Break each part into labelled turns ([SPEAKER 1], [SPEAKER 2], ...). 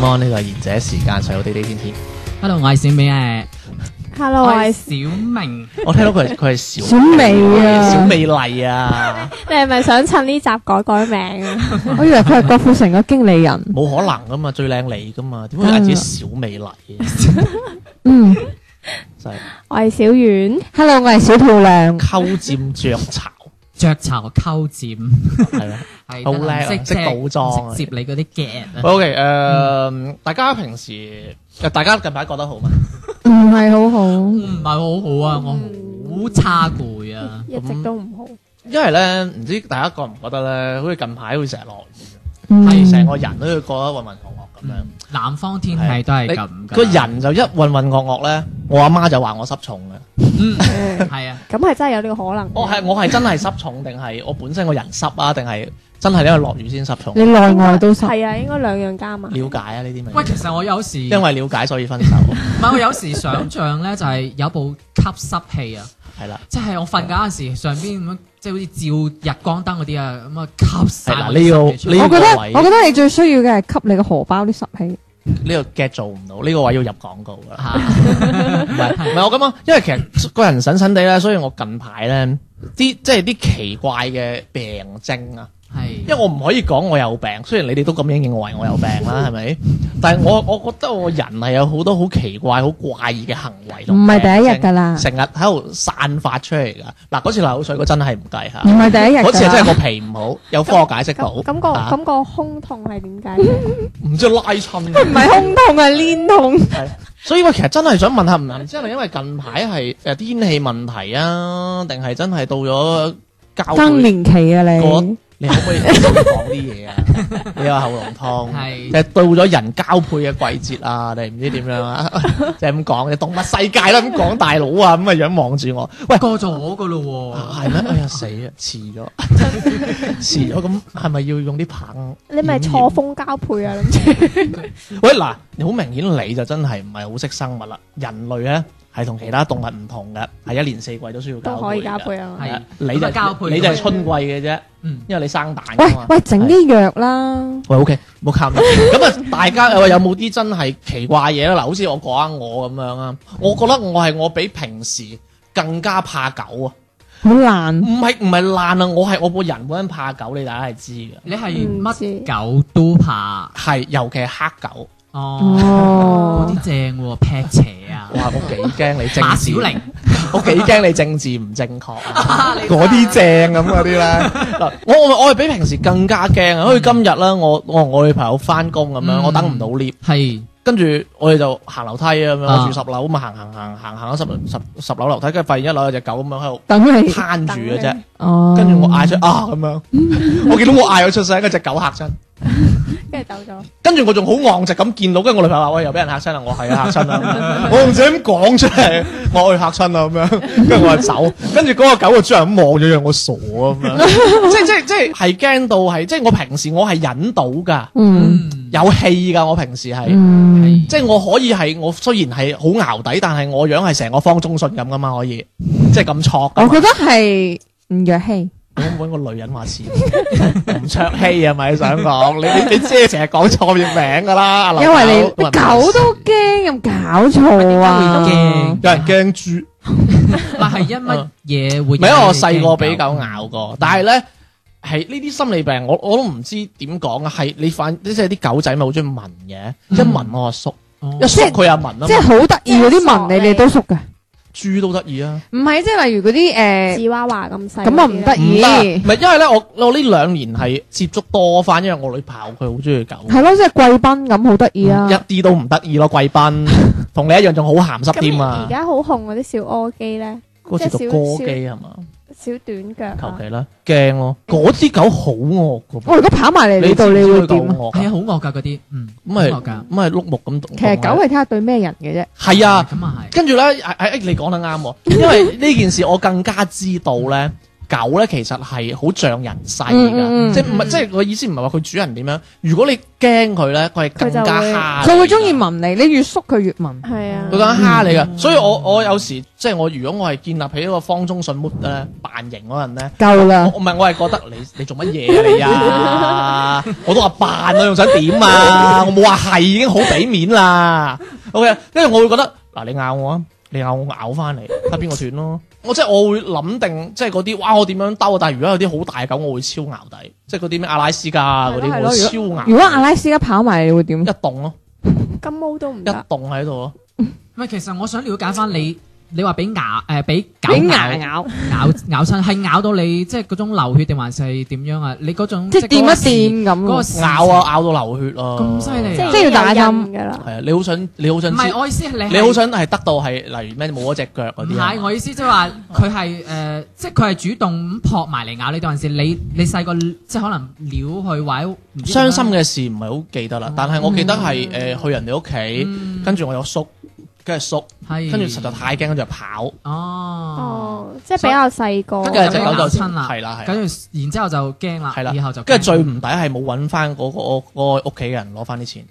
[SPEAKER 1] 午安，呢個係賢者時間，細佬啲啲天天。
[SPEAKER 2] Hello，我係小美啊誒，
[SPEAKER 3] Hello，
[SPEAKER 2] 我
[SPEAKER 3] 我係
[SPEAKER 2] 係小明，
[SPEAKER 1] 我聽到佢 係佢係小
[SPEAKER 4] 小美
[SPEAKER 1] 小
[SPEAKER 4] 啊！
[SPEAKER 1] 美麗啊，
[SPEAKER 3] 你係咪想趁呢集改改名啊？
[SPEAKER 4] 我以為佢係郭富城嘅經理人。
[SPEAKER 1] 冇可能噶嘛，最靚你噶嘛，點會嗌自己小美麗嘅？
[SPEAKER 4] 嗯
[SPEAKER 1] 真係
[SPEAKER 3] 我係小遠，
[SPEAKER 4] ，Hello，我係小漂亮。
[SPEAKER 1] 鳩佔雀巢
[SPEAKER 2] 雀巢溝佔，
[SPEAKER 1] 係咯。
[SPEAKER 2] 係
[SPEAKER 1] 好叻啊
[SPEAKER 2] 識
[SPEAKER 1] 識補妝啊
[SPEAKER 2] 識接你嗰啲 get 啊，
[SPEAKER 1] OK，誒、大家平時呃大家近排覺得好嘛？
[SPEAKER 4] 唔係好好，
[SPEAKER 2] 唔係好好啊，我好差攰啊，
[SPEAKER 3] 一直都 唔好。
[SPEAKER 1] 因為咧，唔知大家覺唔覺得咧，好似近排好似成日落雨，
[SPEAKER 4] 嗯
[SPEAKER 1] 成個人都要覺得混混噩噩咁樣。
[SPEAKER 2] 南方天氣都係咁㗎，
[SPEAKER 1] 個人就一混混噩噩咧，我阿媽就話我濕重嘅。
[SPEAKER 2] 係啊，
[SPEAKER 3] 咁係真係有呢個可能。
[SPEAKER 1] 我哦係我係真係濕重，定係我本身個人濕啊？定係真係因為落雨先濕重？
[SPEAKER 4] 你內外都濕。
[SPEAKER 3] 係啊，應該兩樣加嘛。
[SPEAKER 1] 了解啊呢啲咪
[SPEAKER 2] 喂，其實我有時
[SPEAKER 1] 因為了解所以分手，
[SPEAKER 2] 唔係我有時想像咧，就係有部吸濕器啊。
[SPEAKER 1] 係啦。
[SPEAKER 2] 即係我瞓覺嗰時，上邊咁樣，即係好似照日光燈嗰啲啊，咁啊吸晒
[SPEAKER 1] 係啦
[SPEAKER 2] 我
[SPEAKER 1] 呢個
[SPEAKER 2] 啲濕氣出嚟
[SPEAKER 1] 呢
[SPEAKER 4] 我覺得
[SPEAKER 1] 呢個位
[SPEAKER 4] 我覺得你最需要嘅係吸你個荷包啲濕氣。
[SPEAKER 1] 呢個 get 做唔到，呢個位要入廣告㗎啦。
[SPEAKER 2] 嚇
[SPEAKER 1] 唔係唔係我咁樣，因為其實個人神神地啦，所以我近排咧啲即係啲奇怪嘅病徵啊，因為
[SPEAKER 2] 係
[SPEAKER 1] 我唔可以講我有病，雖然你哋都咁樣認為我有病 啦，係咪？但係我我覺得我人係有好多好奇怪、好怪異嘅行為
[SPEAKER 4] 唔
[SPEAKER 1] 同
[SPEAKER 4] 係第一日
[SPEAKER 1] 病徵
[SPEAKER 4] 㗎啦，
[SPEAKER 1] 成日喺度散發出嚟㗎。嗱，嗰次流口水嗰真係唔計嚇
[SPEAKER 4] 唔，係第一日
[SPEAKER 1] 嗰次
[SPEAKER 4] 㗎
[SPEAKER 1] 啊係真係
[SPEAKER 4] 啦。
[SPEAKER 1] 個脾唔好，有科學解釋到。
[SPEAKER 3] 咁咁個
[SPEAKER 1] 啊
[SPEAKER 3] 咁個胸痛係 點解？
[SPEAKER 1] 唔知拉親
[SPEAKER 4] 唔係胸痛啊，攣痛。
[SPEAKER 1] 所以我其實真係想問下，唔知係因為近排係誒天氣問題啊，定係真係到咗交
[SPEAKER 4] 更
[SPEAKER 1] 配？
[SPEAKER 4] 年期啊你
[SPEAKER 1] 我。你可唔可以講啲嘢啊？你有喉 嚨痛，
[SPEAKER 2] 係
[SPEAKER 1] 誒到咗人交配嘅季節啊，你唔知點樣啊？ 就係咁講，你動物世界啦，咁講大佬啊，咁嘅樣望住我，喂。
[SPEAKER 2] 過咗我噶咯
[SPEAKER 1] 係咩？哎呀死啊！遲咗，遲咗咁係咪要用啲棒？
[SPEAKER 3] 你咪錯峰交 配啊！諗住
[SPEAKER 1] 喂嗱，好明顯你就真係唔係好識生物啦。人類咧係同其他動物唔同嘅，係一年四季都需要
[SPEAKER 3] 都
[SPEAKER 1] 交配
[SPEAKER 3] 可以
[SPEAKER 1] 嘅
[SPEAKER 3] 交。配啊嘛。
[SPEAKER 2] 係
[SPEAKER 1] 係你
[SPEAKER 2] 咁
[SPEAKER 1] 就
[SPEAKER 2] 啊交配
[SPEAKER 1] 你就係春季嘅啫，
[SPEAKER 2] 嗯
[SPEAKER 1] 因為你生蛋
[SPEAKER 4] 喂
[SPEAKER 1] 㗎嘛。
[SPEAKER 4] 喂，整啲藥啦。
[SPEAKER 1] 喂，OK，冇靠啦。 咁啊，大家有有冇啲真係奇怪嘢咧？嗱，好似我講下我咁樣啊，我覺得我係我比平時更加怕狗啊！
[SPEAKER 4] 好難，
[SPEAKER 1] 唔係唔係爛啊，我係我個人本身怕狗，你大家係知嘅。
[SPEAKER 2] 喎，你係乜狗都怕
[SPEAKER 1] 係，尤其係黑狗，
[SPEAKER 2] 哦，嗰
[SPEAKER 4] 哦，
[SPEAKER 2] 啲正喎，劈邪啊，
[SPEAKER 1] 哇！我幾驚 你政
[SPEAKER 2] 馬
[SPEAKER 1] 治，
[SPEAKER 2] 小玲
[SPEAKER 1] 我幾驚你政治唔正確 啊，嗰啲正咁嗰啲咧。嗱，我我我係比平時更加驚啊！好似今日啦，我我同我女朋友翻工咁樣，
[SPEAKER 2] 嗯
[SPEAKER 1] 我等唔到 lift，
[SPEAKER 2] 係
[SPEAKER 1] 跟住我哋就行樓梯啊咁樣，
[SPEAKER 2] 啊
[SPEAKER 1] 我住十樓咁啊行行行行行咗十十十樓樓梯，跟住發現一樓有隻狗咁樣喺度
[SPEAKER 4] 等你
[SPEAKER 1] 攤住嘅啫，
[SPEAKER 4] 哦。
[SPEAKER 1] 跟住我嗌出啊咁樣，我見到我嗌咗出聲，嗰只狗嚇親。
[SPEAKER 3] 跟住走咗。
[SPEAKER 1] 跟住我仲好昂直咁見到，跟住我女朋友話：喂，又俾人嚇親啦！我係啊嚇親啦，我唔自己咁講出嚟，我去嚇親啦咁樣，跟住我就走，跟住嗰個狗就將人咁望咗，讓我傻啊咁樣，即係即係即係係驚到係，即係我平時我係忍到㗎，
[SPEAKER 4] 嗯
[SPEAKER 2] 嗯
[SPEAKER 1] 有氣㗎，我平時係。
[SPEAKER 4] 嗯，
[SPEAKER 1] 即係我可以係我雖然係好淆底，但係我樣係成個方中信咁噶嘛，可以即係咁挫㗎
[SPEAKER 4] 我
[SPEAKER 1] 嘛。
[SPEAKER 4] 覺得係唔弱氣。
[SPEAKER 1] 我揾個女人話事，吳卓羲係咪想講？啊你你你姐成日講錯名㗎啦，阿劉
[SPEAKER 4] 因為你
[SPEAKER 1] 劉劉
[SPEAKER 4] 狗都驚，咁搞錯啊！
[SPEAKER 2] 驚，
[SPEAKER 1] 有人驚豬，
[SPEAKER 2] 但係因乜嘢會
[SPEAKER 1] 唔係因為我細個俾狗咬過，但係咧係呢啲心理病，我我都唔知點講啊。係你反即係啲狗仔咪好中意聞嘅，一聞我就縮，
[SPEAKER 2] 哦
[SPEAKER 1] 一縮佢又聞啊
[SPEAKER 4] 即係
[SPEAKER 1] 嘛。
[SPEAKER 4] 好得意嗰啲紋你哋都熟嘅，
[SPEAKER 1] 豬都得意啊，
[SPEAKER 4] 唔係即係例如嗰啲誒，
[SPEAKER 3] 紫娃娃咁細嗰啲
[SPEAKER 4] 咁
[SPEAKER 3] 啦。
[SPEAKER 4] 啊唔得
[SPEAKER 1] 唔得
[SPEAKER 4] 意，
[SPEAKER 1] 唔係因為咧，我我呢兩年係接觸多翻，因為我女跑佢好中意狗，
[SPEAKER 4] 係咯，即係貴賓咁好得意啊！
[SPEAKER 1] 一啲 都唔得意咯，貴賓同你一樣仲好鹹濕
[SPEAKER 3] 咁
[SPEAKER 1] 添
[SPEAKER 3] 而
[SPEAKER 1] 啊
[SPEAKER 3] 而！家好紅嗰啲小柯基咧，
[SPEAKER 1] 嗰
[SPEAKER 3] 即係
[SPEAKER 1] 次
[SPEAKER 3] 小
[SPEAKER 1] 讀歌姬係啊嘛？
[SPEAKER 3] 小短腳
[SPEAKER 1] 求
[SPEAKER 3] 啊
[SPEAKER 1] 其啦，驚咯！嗰支狗好惡噶
[SPEAKER 4] 我
[SPEAKER 1] 噃，
[SPEAKER 4] 如果跑埋嚟哦你
[SPEAKER 1] 知
[SPEAKER 4] 度，
[SPEAKER 1] 唔
[SPEAKER 4] 你
[SPEAKER 1] 知
[SPEAKER 4] 會
[SPEAKER 1] 佢
[SPEAKER 4] 點
[SPEAKER 1] 夠
[SPEAKER 4] 啊？
[SPEAKER 1] 惡
[SPEAKER 2] 係啊，
[SPEAKER 1] 啊？
[SPEAKER 2] 好惡㗎嗰啲，嗯，好
[SPEAKER 1] 咁咪
[SPEAKER 2] 惡㗎，
[SPEAKER 1] 咁咪碌木咁讀。
[SPEAKER 4] 其實狗係睇下對咩人嘅啫。
[SPEAKER 1] 係啊。
[SPEAKER 2] 咁啊係，
[SPEAKER 1] 跟住咧，誒誒，哎你講得啱 喎，因為呢件事我更加知道咧，狗咧其實係好仗人勢
[SPEAKER 4] 嗯
[SPEAKER 1] 㗎，
[SPEAKER 4] 嗯嗯
[SPEAKER 1] 即係唔係即係我意思唔係話佢主人點樣，如果你驚佢咧，佢係更加蝦你㗎，
[SPEAKER 4] 佢會中意嗯聞你，你越縮佢越聞。
[SPEAKER 3] 係啊
[SPEAKER 1] 佢，更加蝦你㗎。所以我我有時即係我如果我係建立起一個方中信 mood 咧，扮型嗰陣咧。
[SPEAKER 4] 夠啦
[SPEAKER 1] 我，我唔係，我係覺得你你做乜嘢啊你啊？我都話扮啊，仲想點啊？我冇話係，已經好俾面啦。OK，跟住我會覺得嗱，你咬我啊，你咬我我咬翻你，睇下邊個斷咯。我即係我會諗定，即係嗰啲哇，我點樣兜啊？但係如果有啲好大嘅狗，我會超咬底，即係嗰啲咩阿拉斯加啊嗰啲，
[SPEAKER 3] 係
[SPEAKER 1] 我
[SPEAKER 3] 咯
[SPEAKER 1] 會
[SPEAKER 3] 係
[SPEAKER 1] 超咬。
[SPEAKER 4] 如果阿拉斯加跑埋嚟，你會點
[SPEAKER 1] 一？棟咯，
[SPEAKER 3] 金毛都唔
[SPEAKER 1] 一
[SPEAKER 3] 得，
[SPEAKER 1] 棟喺度咯，
[SPEAKER 2] 唔係其實我想了解翻你，你話俾牙誒俾狗
[SPEAKER 4] 俾牙
[SPEAKER 2] 咬
[SPEAKER 4] 咬，
[SPEAKER 2] 咬咬親，係咬到你即係嗰種流血定還是係點樣啊？你嗰種
[SPEAKER 4] 即係
[SPEAKER 2] 係嗰個時
[SPEAKER 4] 掂一掂
[SPEAKER 2] 嗰個
[SPEAKER 4] 咁。
[SPEAKER 2] 時
[SPEAKER 1] 咬啊，咬到流血啊，
[SPEAKER 2] 咁犀利啊
[SPEAKER 3] 係
[SPEAKER 4] 即係要打針
[SPEAKER 3] 有印㗎啦。
[SPEAKER 1] 係啊！你好想你好想
[SPEAKER 2] 唔
[SPEAKER 1] 知
[SPEAKER 2] 係我意思係你
[SPEAKER 1] 你
[SPEAKER 2] 係
[SPEAKER 1] 好想係得到係例如咩冇咗只腳嗰
[SPEAKER 2] 唔
[SPEAKER 1] 啲
[SPEAKER 2] 係
[SPEAKER 1] 啊。
[SPEAKER 2] 我意思即係話佢係誒，即係佢係主動咁撲埋嚟咬你，定還是你你細個即係可能撩佢或者唔知點
[SPEAKER 1] 傷
[SPEAKER 2] 樣
[SPEAKER 1] 心嘅事唔係好記得啦，但係我記得係誒、呃去人哋屋企，
[SPEAKER 2] 嗯
[SPEAKER 1] 跟住我有叔，跟住叔，
[SPEAKER 2] 係
[SPEAKER 1] 跟住實在太驚，跟住就跑，
[SPEAKER 2] 哦，
[SPEAKER 3] 哦，即係比較細個，
[SPEAKER 1] 跟
[SPEAKER 2] 所以
[SPEAKER 1] 住隻狗就
[SPEAKER 2] 咬親啦
[SPEAKER 1] 係啦係啦，
[SPEAKER 2] 跟住然之後就驚啦，
[SPEAKER 1] 係啦
[SPEAKER 2] 以後就
[SPEAKER 1] 跟
[SPEAKER 2] 驚
[SPEAKER 1] 住最唔抵係冇揾翻嗰個嗰個屋企嘅人攞翻啲 錢，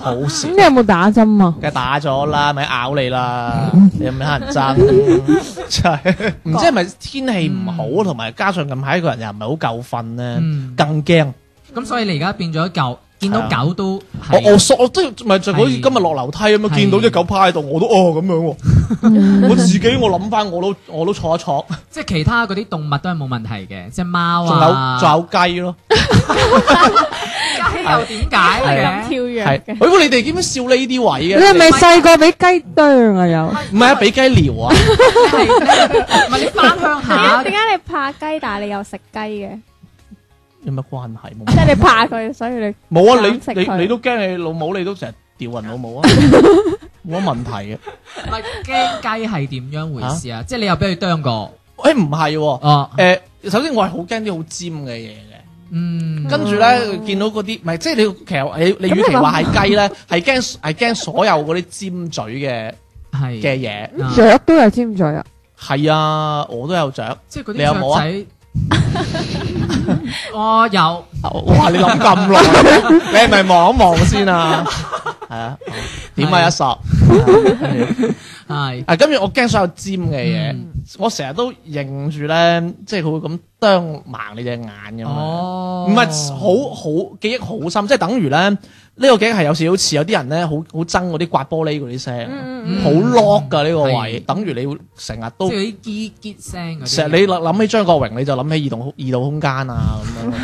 [SPEAKER 1] 好
[SPEAKER 4] 咁
[SPEAKER 1] 蝕，
[SPEAKER 4] 你有冇打針啊？
[SPEAKER 1] 梗係打咗啦，咪咬你啦，你有冇乞人 憎？真係唔知係咪天氣唔好，同埋加上近排個人又唔係好夠瞓咧，
[SPEAKER 2] 嗯
[SPEAKER 1] 更驚。
[SPEAKER 2] 咁，所以你而家變咗狗，見到
[SPEAKER 1] 係啊
[SPEAKER 2] 狗都
[SPEAKER 1] 我
[SPEAKER 2] 係啊
[SPEAKER 1] 我索哦我都咪就好似今日落樓梯咁樣，
[SPEAKER 2] 係
[SPEAKER 1] 見到只狗趴喺度，我都哦咁樣 喎。我自己我諗翻，我都我都坐一坐，
[SPEAKER 2] 即係其他嗰啲動物都係冇問題嘅，即係貓
[SPEAKER 1] 仲有
[SPEAKER 2] 啊，
[SPEAKER 1] 仲有雞咯。
[SPEAKER 2] 雞又點解
[SPEAKER 3] 咁
[SPEAKER 2] 嘅？
[SPEAKER 3] 跳躍
[SPEAKER 1] 係，哎
[SPEAKER 3] 嘅，
[SPEAKER 1] 喂，你哋點樣笑呢啲位
[SPEAKER 4] 你
[SPEAKER 1] 嘅？
[SPEAKER 4] 係咪細個俾雞啄啊？有
[SPEAKER 1] 唔係啊，俾雞撩 啊！
[SPEAKER 2] 你係你唔係你翻鄉 下
[SPEAKER 3] 點解點解你怕雞，但係你又食雞嘅？
[SPEAKER 1] 有乜關係？冇
[SPEAKER 3] 即係你怕佢，所以你
[SPEAKER 1] 冇啊！
[SPEAKER 3] 想食
[SPEAKER 1] 你
[SPEAKER 3] 佢
[SPEAKER 1] 你你都驚你老母，你都成日吊人老 母啊！冇乜問題嘅。
[SPEAKER 2] 唔係驚雞係點樣回事啊？即係你又俾佢啄過
[SPEAKER 1] 誒哎唔係 喎，
[SPEAKER 2] 哦，
[SPEAKER 1] 誒首先我係好驚啲好尖嘅嘢嘅。
[SPEAKER 2] 嗯，
[SPEAKER 1] 跟住咧，見到嗰啲唔係，即係你其實你你
[SPEAKER 3] 咁
[SPEAKER 1] 與
[SPEAKER 3] 係
[SPEAKER 1] 其
[SPEAKER 3] 咪
[SPEAKER 1] 話係雞咧，係驚係驚所有嗰啲尖嘴嘅
[SPEAKER 2] 係
[SPEAKER 1] 嘅嘢。
[SPEAKER 2] 啊
[SPEAKER 4] 雀都有尖嘴啊！
[SPEAKER 1] 係啊，我都有雀。
[SPEAKER 2] 即係嗰啲
[SPEAKER 1] 你 有冇啊
[SPEAKER 2] 雀仔，我有，
[SPEAKER 1] 哇！你諗咁耐， 你係咪望一望先啊？ 係啊，點啊一索
[SPEAKER 2] 係
[SPEAKER 1] 啊！跟住我驚所有尖嘅嘢，
[SPEAKER 2] 嗯
[SPEAKER 1] 我成日都認住咧，即係佢會咁啄盲你隻眼咁樣。
[SPEAKER 2] 哦，
[SPEAKER 1] 唔係好好記憶好深，即係等於咧呢個記憶係有少少似有啲人咧好好憎嗰啲刮玻璃嗰啲聲，
[SPEAKER 2] 嗯
[SPEAKER 1] 好 lock 㗎呢個位，
[SPEAKER 2] 係
[SPEAKER 1] 等於你會成日
[SPEAKER 2] 即係
[SPEAKER 1] 都
[SPEAKER 2] 嗰啲結結聲嗰啲，
[SPEAKER 1] 成日你諗起張國榮你就諗起異度異度空間啊咁樣。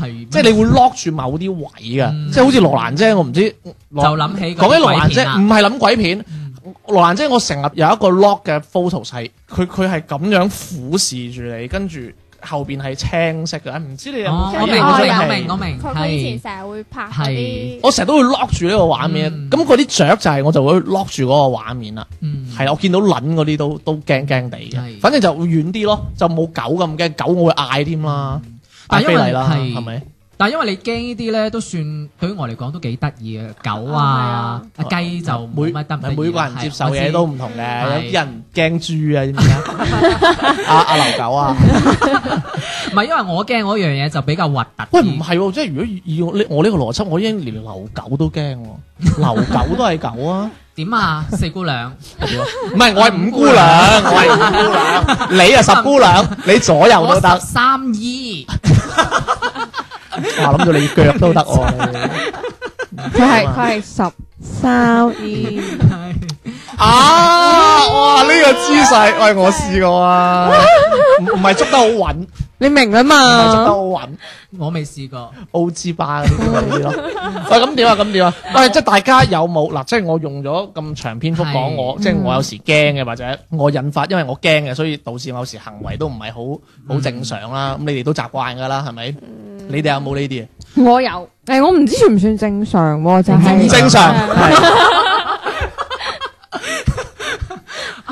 [SPEAKER 2] 係
[SPEAKER 1] 即係你會 lock 住某啲位嘅，
[SPEAKER 2] 嗯
[SPEAKER 1] 即係好似羅蘭姐，我唔知就
[SPEAKER 2] 就諗起
[SPEAKER 1] 講起羅蘭姐，唔
[SPEAKER 2] 啫，
[SPEAKER 1] 係諗鬼片。
[SPEAKER 2] 嗯
[SPEAKER 1] 羅蘭姐，我成日有一個 lock 嘅 photo 係佢佢係咁樣俯視住你，跟住後邊係青色嘅，哎唔知你有
[SPEAKER 2] 哦
[SPEAKER 1] 冇
[SPEAKER 2] 我
[SPEAKER 1] 睇
[SPEAKER 2] 明
[SPEAKER 1] 過
[SPEAKER 2] 我
[SPEAKER 1] 嗰
[SPEAKER 2] 明
[SPEAKER 1] 出
[SPEAKER 2] 我
[SPEAKER 3] 佢
[SPEAKER 2] 明我明，
[SPEAKER 1] 戲
[SPEAKER 3] 佢以前
[SPEAKER 2] 係
[SPEAKER 3] 成日會拍嗰啲，
[SPEAKER 1] 我成日都會 lock 住呢個畫面，
[SPEAKER 2] 嗯
[SPEAKER 1] 咁嗰啲雀就係我就會 lock 住嗰個畫面啦。
[SPEAKER 2] 嗯
[SPEAKER 1] 係啦，我見到撚嗰啲都都驚驚地嘅，
[SPEAKER 2] 係
[SPEAKER 1] 反正就會遠啲咯，就冇狗咁驚，狗我會嗌添啦，
[SPEAKER 2] 嗯但
[SPEAKER 1] 嗌
[SPEAKER 2] 因
[SPEAKER 1] 飛
[SPEAKER 2] 為
[SPEAKER 1] 嚟啦，
[SPEAKER 2] 係
[SPEAKER 1] 係咪？
[SPEAKER 2] 但係因為你驚呢啲咧，都算對於我嚟講都幾得意嘅，狗啊
[SPEAKER 3] 啊、
[SPEAKER 2] 啊
[SPEAKER 1] 哦
[SPEAKER 2] 雞就冇
[SPEAKER 1] 每
[SPEAKER 2] 乜得唔得意
[SPEAKER 1] 每個人接受嘅嘢都唔同
[SPEAKER 2] 係
[SPEAKER 1] 嘅，有啲人驚豬啊，知唔 知啊？阿阿劉狗啊，
[SPEAKER 2] 唔係因為我驚嗰樣嘢就比較核突啲。
[SPEAKER 1] 喂唔係喎，即係如果以我呢我呢個邏輯，我已經連流狗都驚 喎，流狗都係狗啊，
[SPEAKER 2] 點啊，四姑娘，
[SPEAKER 1] 唔係我係五姑娘，我係五姑 娘，你啊十姑娘，你左右
[SPEAKER 2] 我
[SPEAKER 1] 都得
[SPEAKER 2] 十，三姨，
[SPEAKER 1] 我諗到你腳都得喎，
[SPEAKER 4] 佢係佢係十三 E。二，
[SPEAKER 1] 啊哇呢個姿勢，喂我試過啊，唔唔係捉得好穩，唔
[SPEAKER 4] 你明
[SPEAKER 1] 係
[SPEAKER 4] 啊
[SPEAKER 1] 捉得
[SPEAKER 4] 嘛？
[SPEAKER 1] 好穩。
[SPEAKER 2] 我未試 過。
[SPEAKER 1] 澳之巴嗰啲咪呢 啲咯。喂，咁點啊？咁點啊？喂，即係大家有冇嗱？即係我用咗咁長篇幅講
[SPEAKER 2] 係
[SPEAKER 1] 我，即係我有時驚嘅，或者
[SPEAKER 4] 嗯
[SPEAKER 1] 我引發，因為我驚嘅，所以導致我有時行為都唔係好
[SPEAKER 4] 嗯
[SPEAKER 1] 好正常啦。咁你哋都習慣㗎啦，係咪？你哋有冇呢啲啊？
[SPEAKER 4] 我有誒，我唔知算唔算正常 喎，就
[SPEAKER 2] 正
[SPEAKER 4] 係
[SPEAKER 2] 常
[SPEAKER 1] 正常係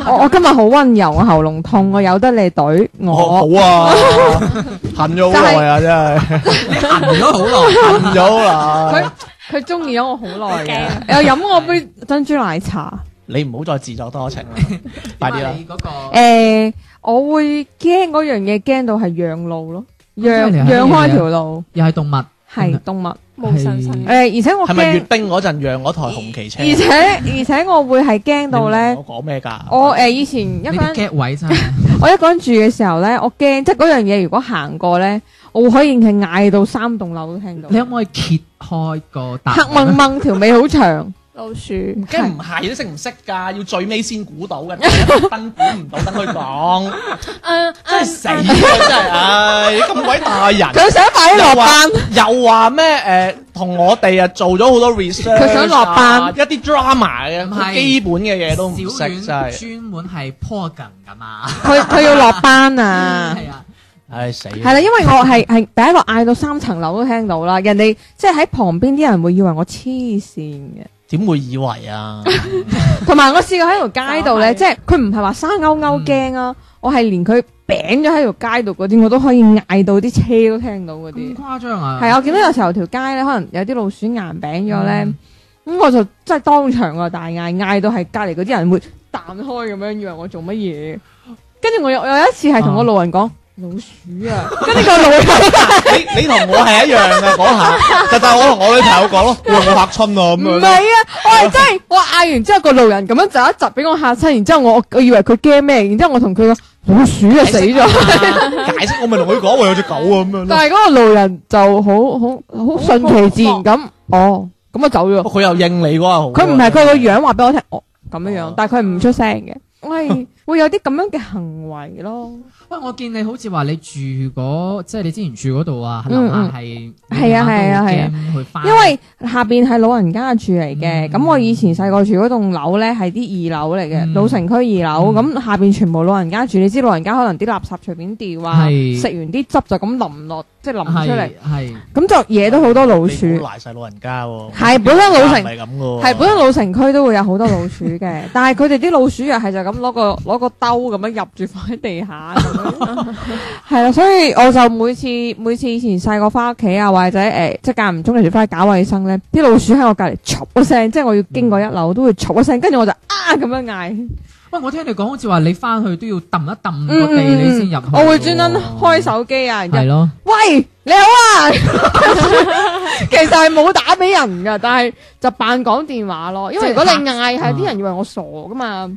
[SPEAKER 4] 我我今日好温柔，我喉嚨痛，我由得你懟我。
[SPEAKER 1] 哦好 啊，恨咗好耐啊，真係
[SPEAKER 2] 行咗好耐。
[SPEAKER 1] 恨咗好 啊耐
[SPEAKER 4] 佢。佢中意咗我好耐嘅，又飲我杯珍珠奶茶。
[SPEAKER 1] 你唔好再自作多情啦， 快啲啦
[SPEAKER 2] 因為！你嗰個
[SPEAKER 4] 诶，我會驚嗰樣嘢，驚到係讓路咯，
[SPEAKER 1] 哦
[SPEAKER 4] 讓
[SPEAKER 1] 啊
[SPEAKER 2] 因為你係
[SPEAKER 4] 讓開條路，
[SPEAKER 2] 又係動物，
[SPEAKER 4] 係動物。
[SPEAKER 3] 無神神
[SPEAKER 2] 係
[SPEAKER 4] 诶，而且我
[SPEAKER 1] 嗯係咪閱
[SPEAKER 4] 驚，
[SPEAKER 1] 兵嗰陣讓嗰台紅旗車？
[SPEAKER 4] 而且 而且我會係驚到
[SPEAKER 1] 你
[SPEAKER 4] 咧
[SPEAKER 1] 明。我講咩㗎？
[SPEAKER 4] 我诶以前一個
[SPEAKER 2] 呢啲
[SPEAKER 4] 人
[SPEAKER 2] get 位真 係。
[SPEAKER 4] 我一個人住嘅時候咧，我驚即係嗰樣嘢，如果行過咧，我會可以係嗌到三棟樓都聽到
[SPEAKER 2] 你。可唔可以揭開個答案？
[SPEAKER 4] 黑掹掹條尾好長，
[SPEAKER 3] 老鼠，
[SPEAKER 1] 梗係唔係都識唔識㗎？要最尾先估到嘅， 燈估唔到，等佢講，
[SPEAKER 3] 嗯
[SPEAKER 1] 真係死啊！真係，唉，咁鬼大人。
[SPEAKER 4] 佢想快啲落班。
[SPEAKER 1] 又話咩？誒，同我哋啊做咗好多 research，
[SPEAKER 4] 佢想落
[SPEAKER 1] 啊
[SPEAKER 4] 班
[SPEAKER 1] 一啲 drama 嘅
[SPEAKER 2] 唔係
[SPEAKER 1] 基本嘅嘢都唔識，
[SPEAKER 2] 小
[SPEAKER 1] 真
[SPEAKER 2] 丸
[SPEAKER 1] 係，
[SPEAKER 2] 專門係 program 噶嘛，
[SPEAKER 4] 佢佢 要落班 啊！
[SPEAKER 2] 係啊，
[SPEAKER 1] 唉死！
[SPEAKER 4] 係啦，因為我係係第一個嗌到三層樓都聽到啦，人哋即係喺旁邊啲人會以為我黐線嘅。
[SPEAKER 1] 點會以為啊？
[SPEAKER 4] 同埋我試過喺條街度咧，
[SPEAKER 3] 就係
[SPEAKER 4] 即係佢唔係話生勾勾驚啊，我係連佢餅咗喺條街度嗰啲，我都可以嗌到啲車都聽到嗰啲
[SPEAKER 2] 咁。誇張啊！
[SPEAKER 4] 係啊，我見到有時候條街咧，可能有啲老鼠硬餅咗咧
[SPEAKER 2] 嗯，
[SPEAKER 4] 咁我就真係當場啊大嗌，嗌到係隔離嗰啲人會彈開咁樣，以為我做乜嘢。跟住我有我有一次係同個路人講老鼠啊，跟住個路人
[SPEAKER 1] 你你同我係一樣嘅嗰下，就就係我同我女朋友講咯，我話我嚇親啊咁
[SPEAKER 4] 唔
[SPEAKER 1] 樣
[SPEAKER 4] 係
[SPEAKER 1] 咯。
[SPEAKER 4] 啊，我係真係我嗌完之後個路人咁樣窒一窒俾我嚇親，然之後我我以為佢驚咩，然之後我同佢講老鼠啊死咗，
[SPEAKER 1] 解釋我咪同佢講，我有隻狗啊咁樣咯。
[SPEAKER 4] 但係嗰個路人就好好好順其自然咁，哦咁我走咗。
[SPEAKER 1] 佢又應你嗰下好啊。
[SPEAKER 4] 佢唔係佢個樣話俾我聽，我咁樣
[SPEAKER 1] 哦
[SPEAKER 4] 樣，但係佢唔出聲嘅。我 係會有啲咁樣嘅行為咯。
[SPEAKER 2] 喂，我見你好似話你住嗰，即係你之前住嗰度啊，樓
[SPEAKER 4] 嗯
[SPEAKER 2] 下
[SPEAKER 4] 嗯
[SPEAKER 2] 係
[SPEAKER 4] 係啊係啊係啊，
[SPEAKER 2] 去翻，
[SPEAKER 4] 因為下邊係老人家住嚟嘅，
[SPEAKER 2] 嗯
[SPEAKER 4] 咁我以前細個住嗰棟樓咧係啲二樓嚟
[SPEAKER 2] 嗯
[SPEAKER 4] 嘅，老城區二樓，
[SPEAKER 2] 嗯
[SPEAKER 4] 咁下邊全部老人家住。你知老人家可能啲垃圾隨便掉啊，
[SPEAKER 2] 係
[SPEAKER 4] 食完啲汁就咁淋落，即係淋出嚟，
[SPEAKER 2] 係
[SPEAKER 4] 咁就惹到好多老
[SPEAKER 1] 你
[SPEAKER 4] 鼠。
[SPEAKER 1] 估賴晒老人家喎。
[SPEAKER 4] 係本身老
[SPEAKER 1] 唔
[SPEAKER 4] 城
[SPEAKER 1] 係咁嘅喎。
[SPEAKER 4] 係本身老城區都會有好多老鼠嘅， 但係佢哋啲老鼠藥係就咁攞個攞個兜咁樣入住放喺地 下咁樣，係啦，所以我就每次每次以前細個翻屋企啊，或者誒、呃即係間唔中嚟翻去搞衞生咧，啲老鼠喺我隔離嘈一聲，即係我要經過一樓都會嘈一聲，跟住我就啊咁樣嗌，
[SPEAKER 2] 喂，我聽你講好似話你翻去都要揼一揼
[SPEAKER 4] 嗯
[SPEAKER 2] 個地，
[SPEAKER 4] 嗯
[SPEAKER 2] 你先入去嘅，
[SPEAKER 4] 嗯
[SPEAKER 2] 喎
[SPEAKER 4] 我會專登開手機啊，然之後
[SPEAKER 2] 係咯，
[SPEAKER 4] 喂，你 好啊！其實係冇打俾人噶，但係就扮講電話咯。因為如果你嗌，係啲啊人以為我傻噶嘛。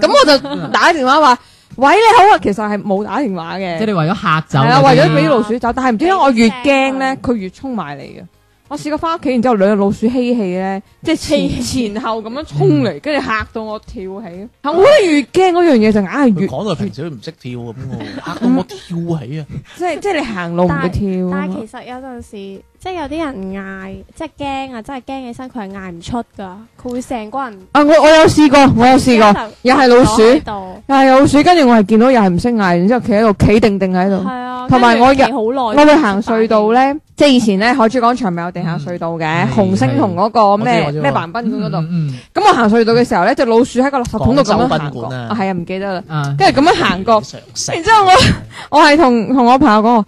[SPEAKER 4] 咁我就打電話話：喂，你好啊！其實係冇打電話
[SPEAKER 2] 即係你
[SPEAKER 4] 嘅，
[SPEAKER 2] 為咗嚇走嗰
[SPEAKER 4] 係
[SPEAKER 2] 啲，
[SPEAKER 4] 啦，為咗俾
[SPEAKER 3] 你
[SPEAKER 4] 老鼠走。但係唔知點解我越驚咧，佢越衝埋嚟嘅。我試過翻屋企，然之後兩隻老鼠嬉戲咧，即係前前後咁樣衝
[SPEAKER 3] 嗯
[SPEAKER 4] 嚟，跟住嚇到我跳起。我覺得越驚嗰樣嘢就硬係
[SPEAKER 1] 佢
[SPEAKER 4] 越，
[SPEAKER 1] 講到平時都唔識跳咁嘅喎，嚇到我跳起啊！
[SPEAKER 4] 即係即係你行路唔會跳啊嘛。
[SPEAKER 3] 但係其實有陣時，即係有啲人嗌，即係驚啊，真係驚起身，佢係嗌唔出㗎，佢會成個人
[SPEAKER 4] 啊！我我有試過，我有試過，又係老鼠
[SPEAKER 3] 坐喺度，
[SPEAKER 4] 又係老鼠，跟住我係見到又係唔識嗌，然之後企喺度企定定喺
[SPEAKER 3] 係
[SPEAKER 4] 度。
[SPEAKER 3] 啊，
[SPEAKER 4] 同埋我
[SPEAKER 3] 跟住
[SPEAKER 4] 日
[SPEAKER 3] 企好
[SPEAKER 4] 我
[SPEAKER 3] 耐，
[SPEAKER 4] 會行隧道，咧，即係以前咧海珠廣場咪有地下隧道嘅
[SPEAKER 2] 嗯，
[SPEAKER 4] 紅星同嗰個
[SPEAKER 1] 我
[SPEAKER 4] 咩
[SPEAKER 1] 知我知
[SPEAKER 4] 咩橫賓館
[SPEAKER 2] 嗯
[SPEAKER 4] 嗰度。
[SPEAKER 2] 嗯
[SPEAKER 4] 咁我行隧道嘅時候咧，隻老鼠喺個垃圾桶度咁樣
[SPEAKER 1] 廣州賓
[SPEAKER 4] 行過，
[SPEAKER 1] 館啊
[SPEAKER 4] 啊係啊唔記 得啦。
[SPEAKER 2] 嗯啊，
[SPEAKER 4] 跟住咁樣行過，
[SPEAKER 1] 常識
[SPEAKER 4] 然之後我我係同同我朋友講，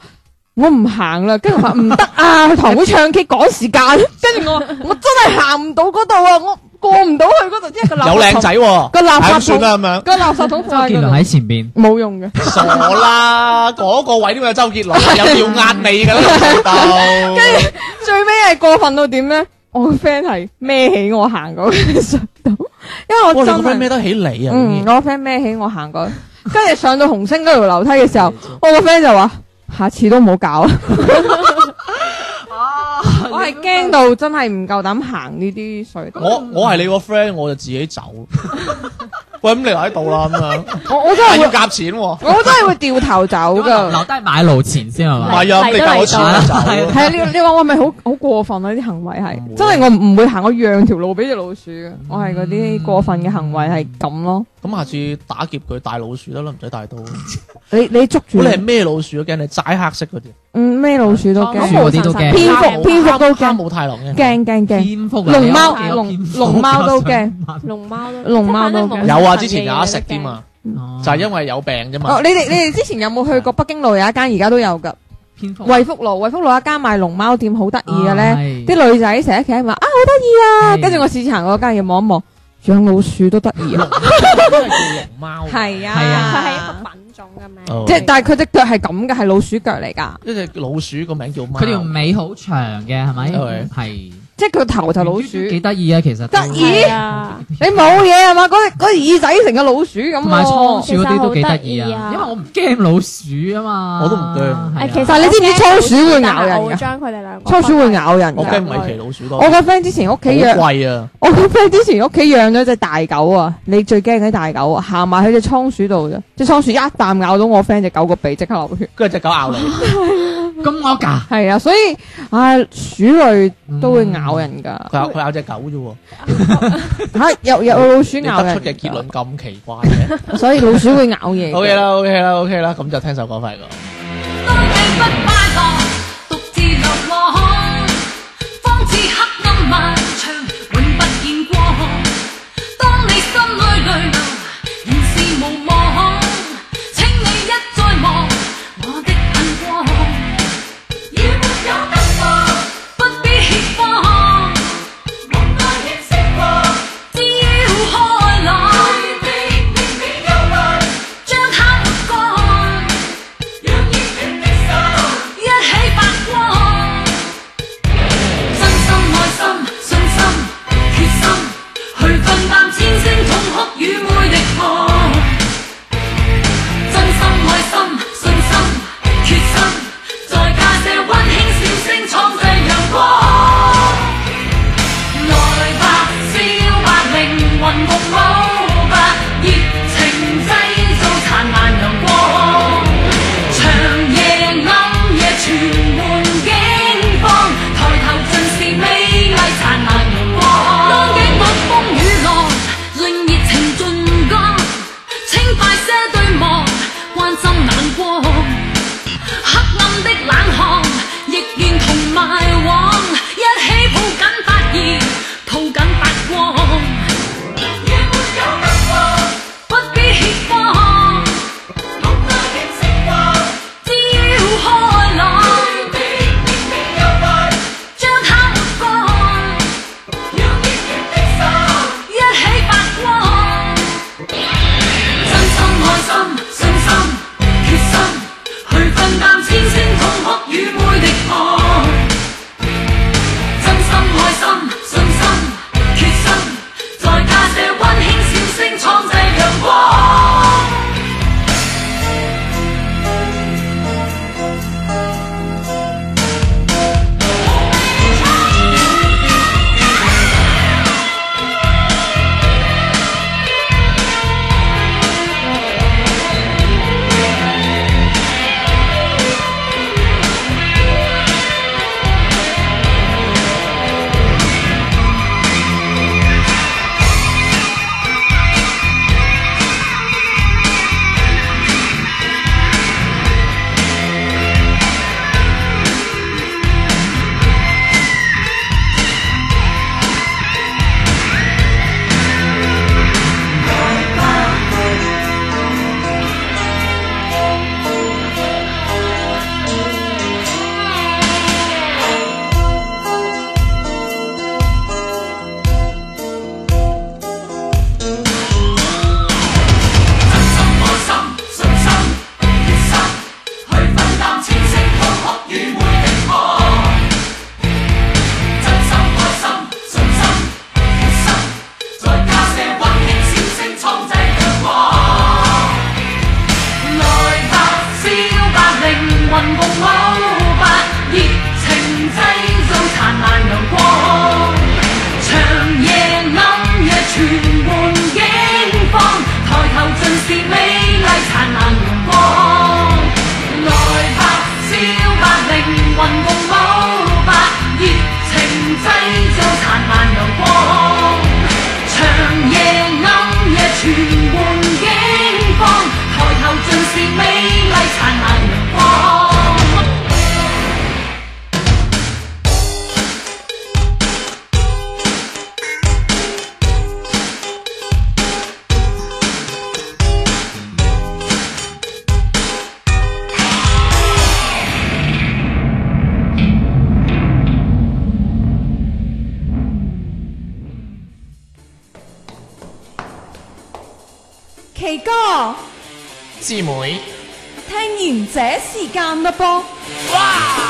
[SPEAKER 4] 我唔行啦。跟住佢話唔得啊，去堂會唱 K 趕時間。跟住我我真係行唔到嗰度啊，我過唔到去嗰度，因為個
[SPEAKER 1] 有
[SPEAKER 4] 垃圾
[SPEAKER 1] 靚
[SPEAKER 4] 桶
[SPEAKER 1] 仔喎，
[SPEAKER 4] 個垃
[SPEAKER 1] 唉
[SPEAKER 4] 圾桶
[SPEAKER 1] 咁算啦咁樣。
[SPEAKER 4] 個垃圾桶放
[SPEAKER 2] 周
[SPEAKER 4] 喺
[SPEAKER 2] 杰倫
[SPEAKER 4] 嗰
[SPEAKER 2] 喺前邊。
[SPEAKER 4] 度，冇用嘅。
[SPEAKER 1] 傻啦，嗰個位點會有周杰倫啊？有要壓你㗎啦，老豆。
[SPEAKER 4] 最尾係過分到點咧？我個 friend 係孭起我行過嘅隧道，因為
[SPEAKER 1] 哇！
[SPEAKER 4] 我
[SPEAKER 1] 你
[SPEAKER 4] 真
[SPEAKER 1] 個 friend 孭
[SPEAKER 4] 係
[SPEAKER 1] 得起你啊？
[SPEAKER 4] 嗯，我個 friend 孭起我行過，跟住上到紅星嗰條樓梯嘅時候，我個 friend 就話：下次都唔好搞啦。我係驚到真係唔夠膽行呢啲隧道，
[SPEAKER 1] 我我係你個 friend，我就自己 走。喂，咁你留喺度啦咁樣，
[SPEAKER 4] 我 我真
[SPEAKER 1] 但係
[SPEAKER 4] 係
[SPEAKER 1] 要
[SPEAKER 4] 會，
[SPEAKER 1] 夾錢喎。
[SPEAKER 4] 我真係會掉頭走
[SPEAKER 2] 留
[SPEAKER 4] 噶。
[SPEAKER 2] 啊留低買路錢先係
[SPEAKER 1] 唔
[SPEAKER 2] 嘛？
[SPEAKER 1] 係啊，咁你夾我錢我
[SPEAKER 2] 係
[SPEAKER 1] 走啊。
[SPEAKER 4] 係啊，你你話我係咪好好過分啊？呢啲行為係
[SPEAKER 1] 唔會
[SPEAKER 4] 真係我唔會行，我讓條路俾只老鼠嘅，我係嗰啲過分嘅行為係咁咯。
[SPEAKER 1] 咁下次打劫佢帶老鼠得啦，唔使帶刀。咁
[SPEAKER 4] 你你捉住
[SPEAKER 1] 你
[SPEAKER 4] 佢
[SPEAKER 1] 係咩老鼠啊？驚你齋黑色嗰啲，
[SPEAKER 4] 嗯，咩老鼠都
[SPEAKER 2] 老鼠
[SPEAKER 4] 驚，
[SPEAKER 2] 哦嗰啲都驚
[SPEAKER 4] 蝙蝠蝙蝠都
[SPEAKER 1] 哈
[SPEAKER 4] 驚，
[SPEAKER 1] 姆太郎嘅。
[SPEAKER 4] 驚驚驚，
[SPEAKER 2] 蝙蝠啊
[SPEAKER 4] 龍
[SPEAKER 2] 你屋
[SPEAKER 4] 貓
[SPEAKER 2] 企有
[SPEAKER 4] 龍
[SPEAKER 2] 蝙蝠啊
[SPEAKER 4] 龍貓都驚，
[SPEAKER 3] 龍貓都
[SPEAKER 4] 龍貓都
[SPEAKER 3] 即係反正
[SPEAKER 4] 驚
[SPEAKER 3] 冇
[SPEAKER 1] 有啊，啊，之前有得食添 嘛，
[SPEAKER 2] 哦
[SPEAKER 1] 就係因為有病啫嘛
[SPEAKER 4] 哦，。你哋你哋之前有冇去過北京路有一間而家都有㗎？
[SPEAKER 2] 蝙蝠
[SPEAKER 4] 惠福路，惠福路有一間賣龍貓店好得意嘅
[SPEAKER 2] 啊
[SPEAKER 4] 咧，
[SPEAKER 2] 係
[SPEAKER 4] 啲女仔成日企喺度話啊好得意啊，
[SPEAKER 2] 係
[SPEAKER 4] 跟住我次次行過嗰間嘢望一望，養老鼠都得意 啊，
[SPEAKER 1] 因為叫龍貓。
[SPEAKER 4] 係
[SPEAKER 2] 係
[SPEAKER 3] 佢係
[SPEAKER 2] 啊
[SPEAKER 3] 啊
[SPEAKER 4] 啊
[SPEAKER 3] 一，個品種嘅名。
[SPEAKER 1] 哦
[SPEAKER 4] 即係但係佢只腳係咁嘅，係老鼠腳嚟㗎，
[SPEAKER 1] 一隻老鼠個名叫貓。
[SPEAKER 2] 佢條尾好長嘅係咪？
[SPEAKER 1] 係
[SPEAKER 2] 係
[SPEAKER 4] 即係佢頭就老鼠。
[SPEAKER 2] 幾得意啊！其實都
[SPEAKER 4] 得意
[SPEAKER 3] 係啊，
[SPEAKER 4] 你冇嘢係嘛？嗰隻嗰隻耳仔成個老鼠咁
[SPEAKER 2] 同埋倉
[SPEAKER 4] 喎。
[SPEAKER 2] 鼠嗰啲都幾得意
[SPEAKER 3] 其實好
[SPEAKER 2] 啊，
[SPEAKER 3] 得意啊
[SPEAKER 2] 因為我唔驚老鼠啊嘛，
[SPEAKER 1] 我都唔驚
[SPEAKER 2] 係啊
[SPEAKER 3] 誒其實
[SPEAKER 4] 但係你知唔知
[SPEAKER 3] 我驚
[SPEAKER 4] 倉鼠會咬人㗎
[SPEAKER 3] 但係我會將佢哋兩個
[SPEAKER 4] 倉鼠會咬人㗎。
[SPEAKER 1] 我驚米奇老鼠多。
[SPEAKER 4] 我個 friend 之前屋企
[SPEAKER 1] 好
[SPEAKER 4] 養，
[SPEAKER 1] 貴啊！
[SPEAKER 4] 我個 friend 之前屋企養咗只大狗啊！你最驚嗰啲大狗啊，行埋去只倉鼠度啫，只倉鼠一啖咬到我 friend 只狗個鼻，即刻流 血。
[SPEAKER 1] 跟住只狗咬你，
[SPEAKER 2] 咁惡㗎，
[SPEAKER 4] 係啊，所以唉，鼠類
[SPEAKER 1] 嗯
[SPEAKER 4] 都會咬人㗎。
[SPEAKER 1] 佢咬佢咬只狗啫喎。
[SPEAKER 4] 嚇、有有老鼠
[SPEAKER 1] 你
[SPEAKER 4] 咬
[SPEAKER 1] 得
[SPEAKER 4] 人
[SPEAKER 1] 出嘅結論咁奇怪 嘅。
[SPEAKER 4] 論，所以老鼠會咬 嘢。
[SPEAKER 1] OK 啦，OK 啦，OK 啦，咁就聽首歌快過。
[SPEAKER 5] 當你不快樂，獨自流浪，方知黑暗漫長，永不見光。當你心裏累流，現是無望，請你一再望我的眼光。要沒有得過，不必怯慌，無奈掩飾過，只要開朗，面面憂慮，將它抹乾。讓熱血的心
[SPEAKER 6] 奇哥，
[SPEAKER 7] 師妹，
[SPEAKER 6] 聽完這時間嘞噃。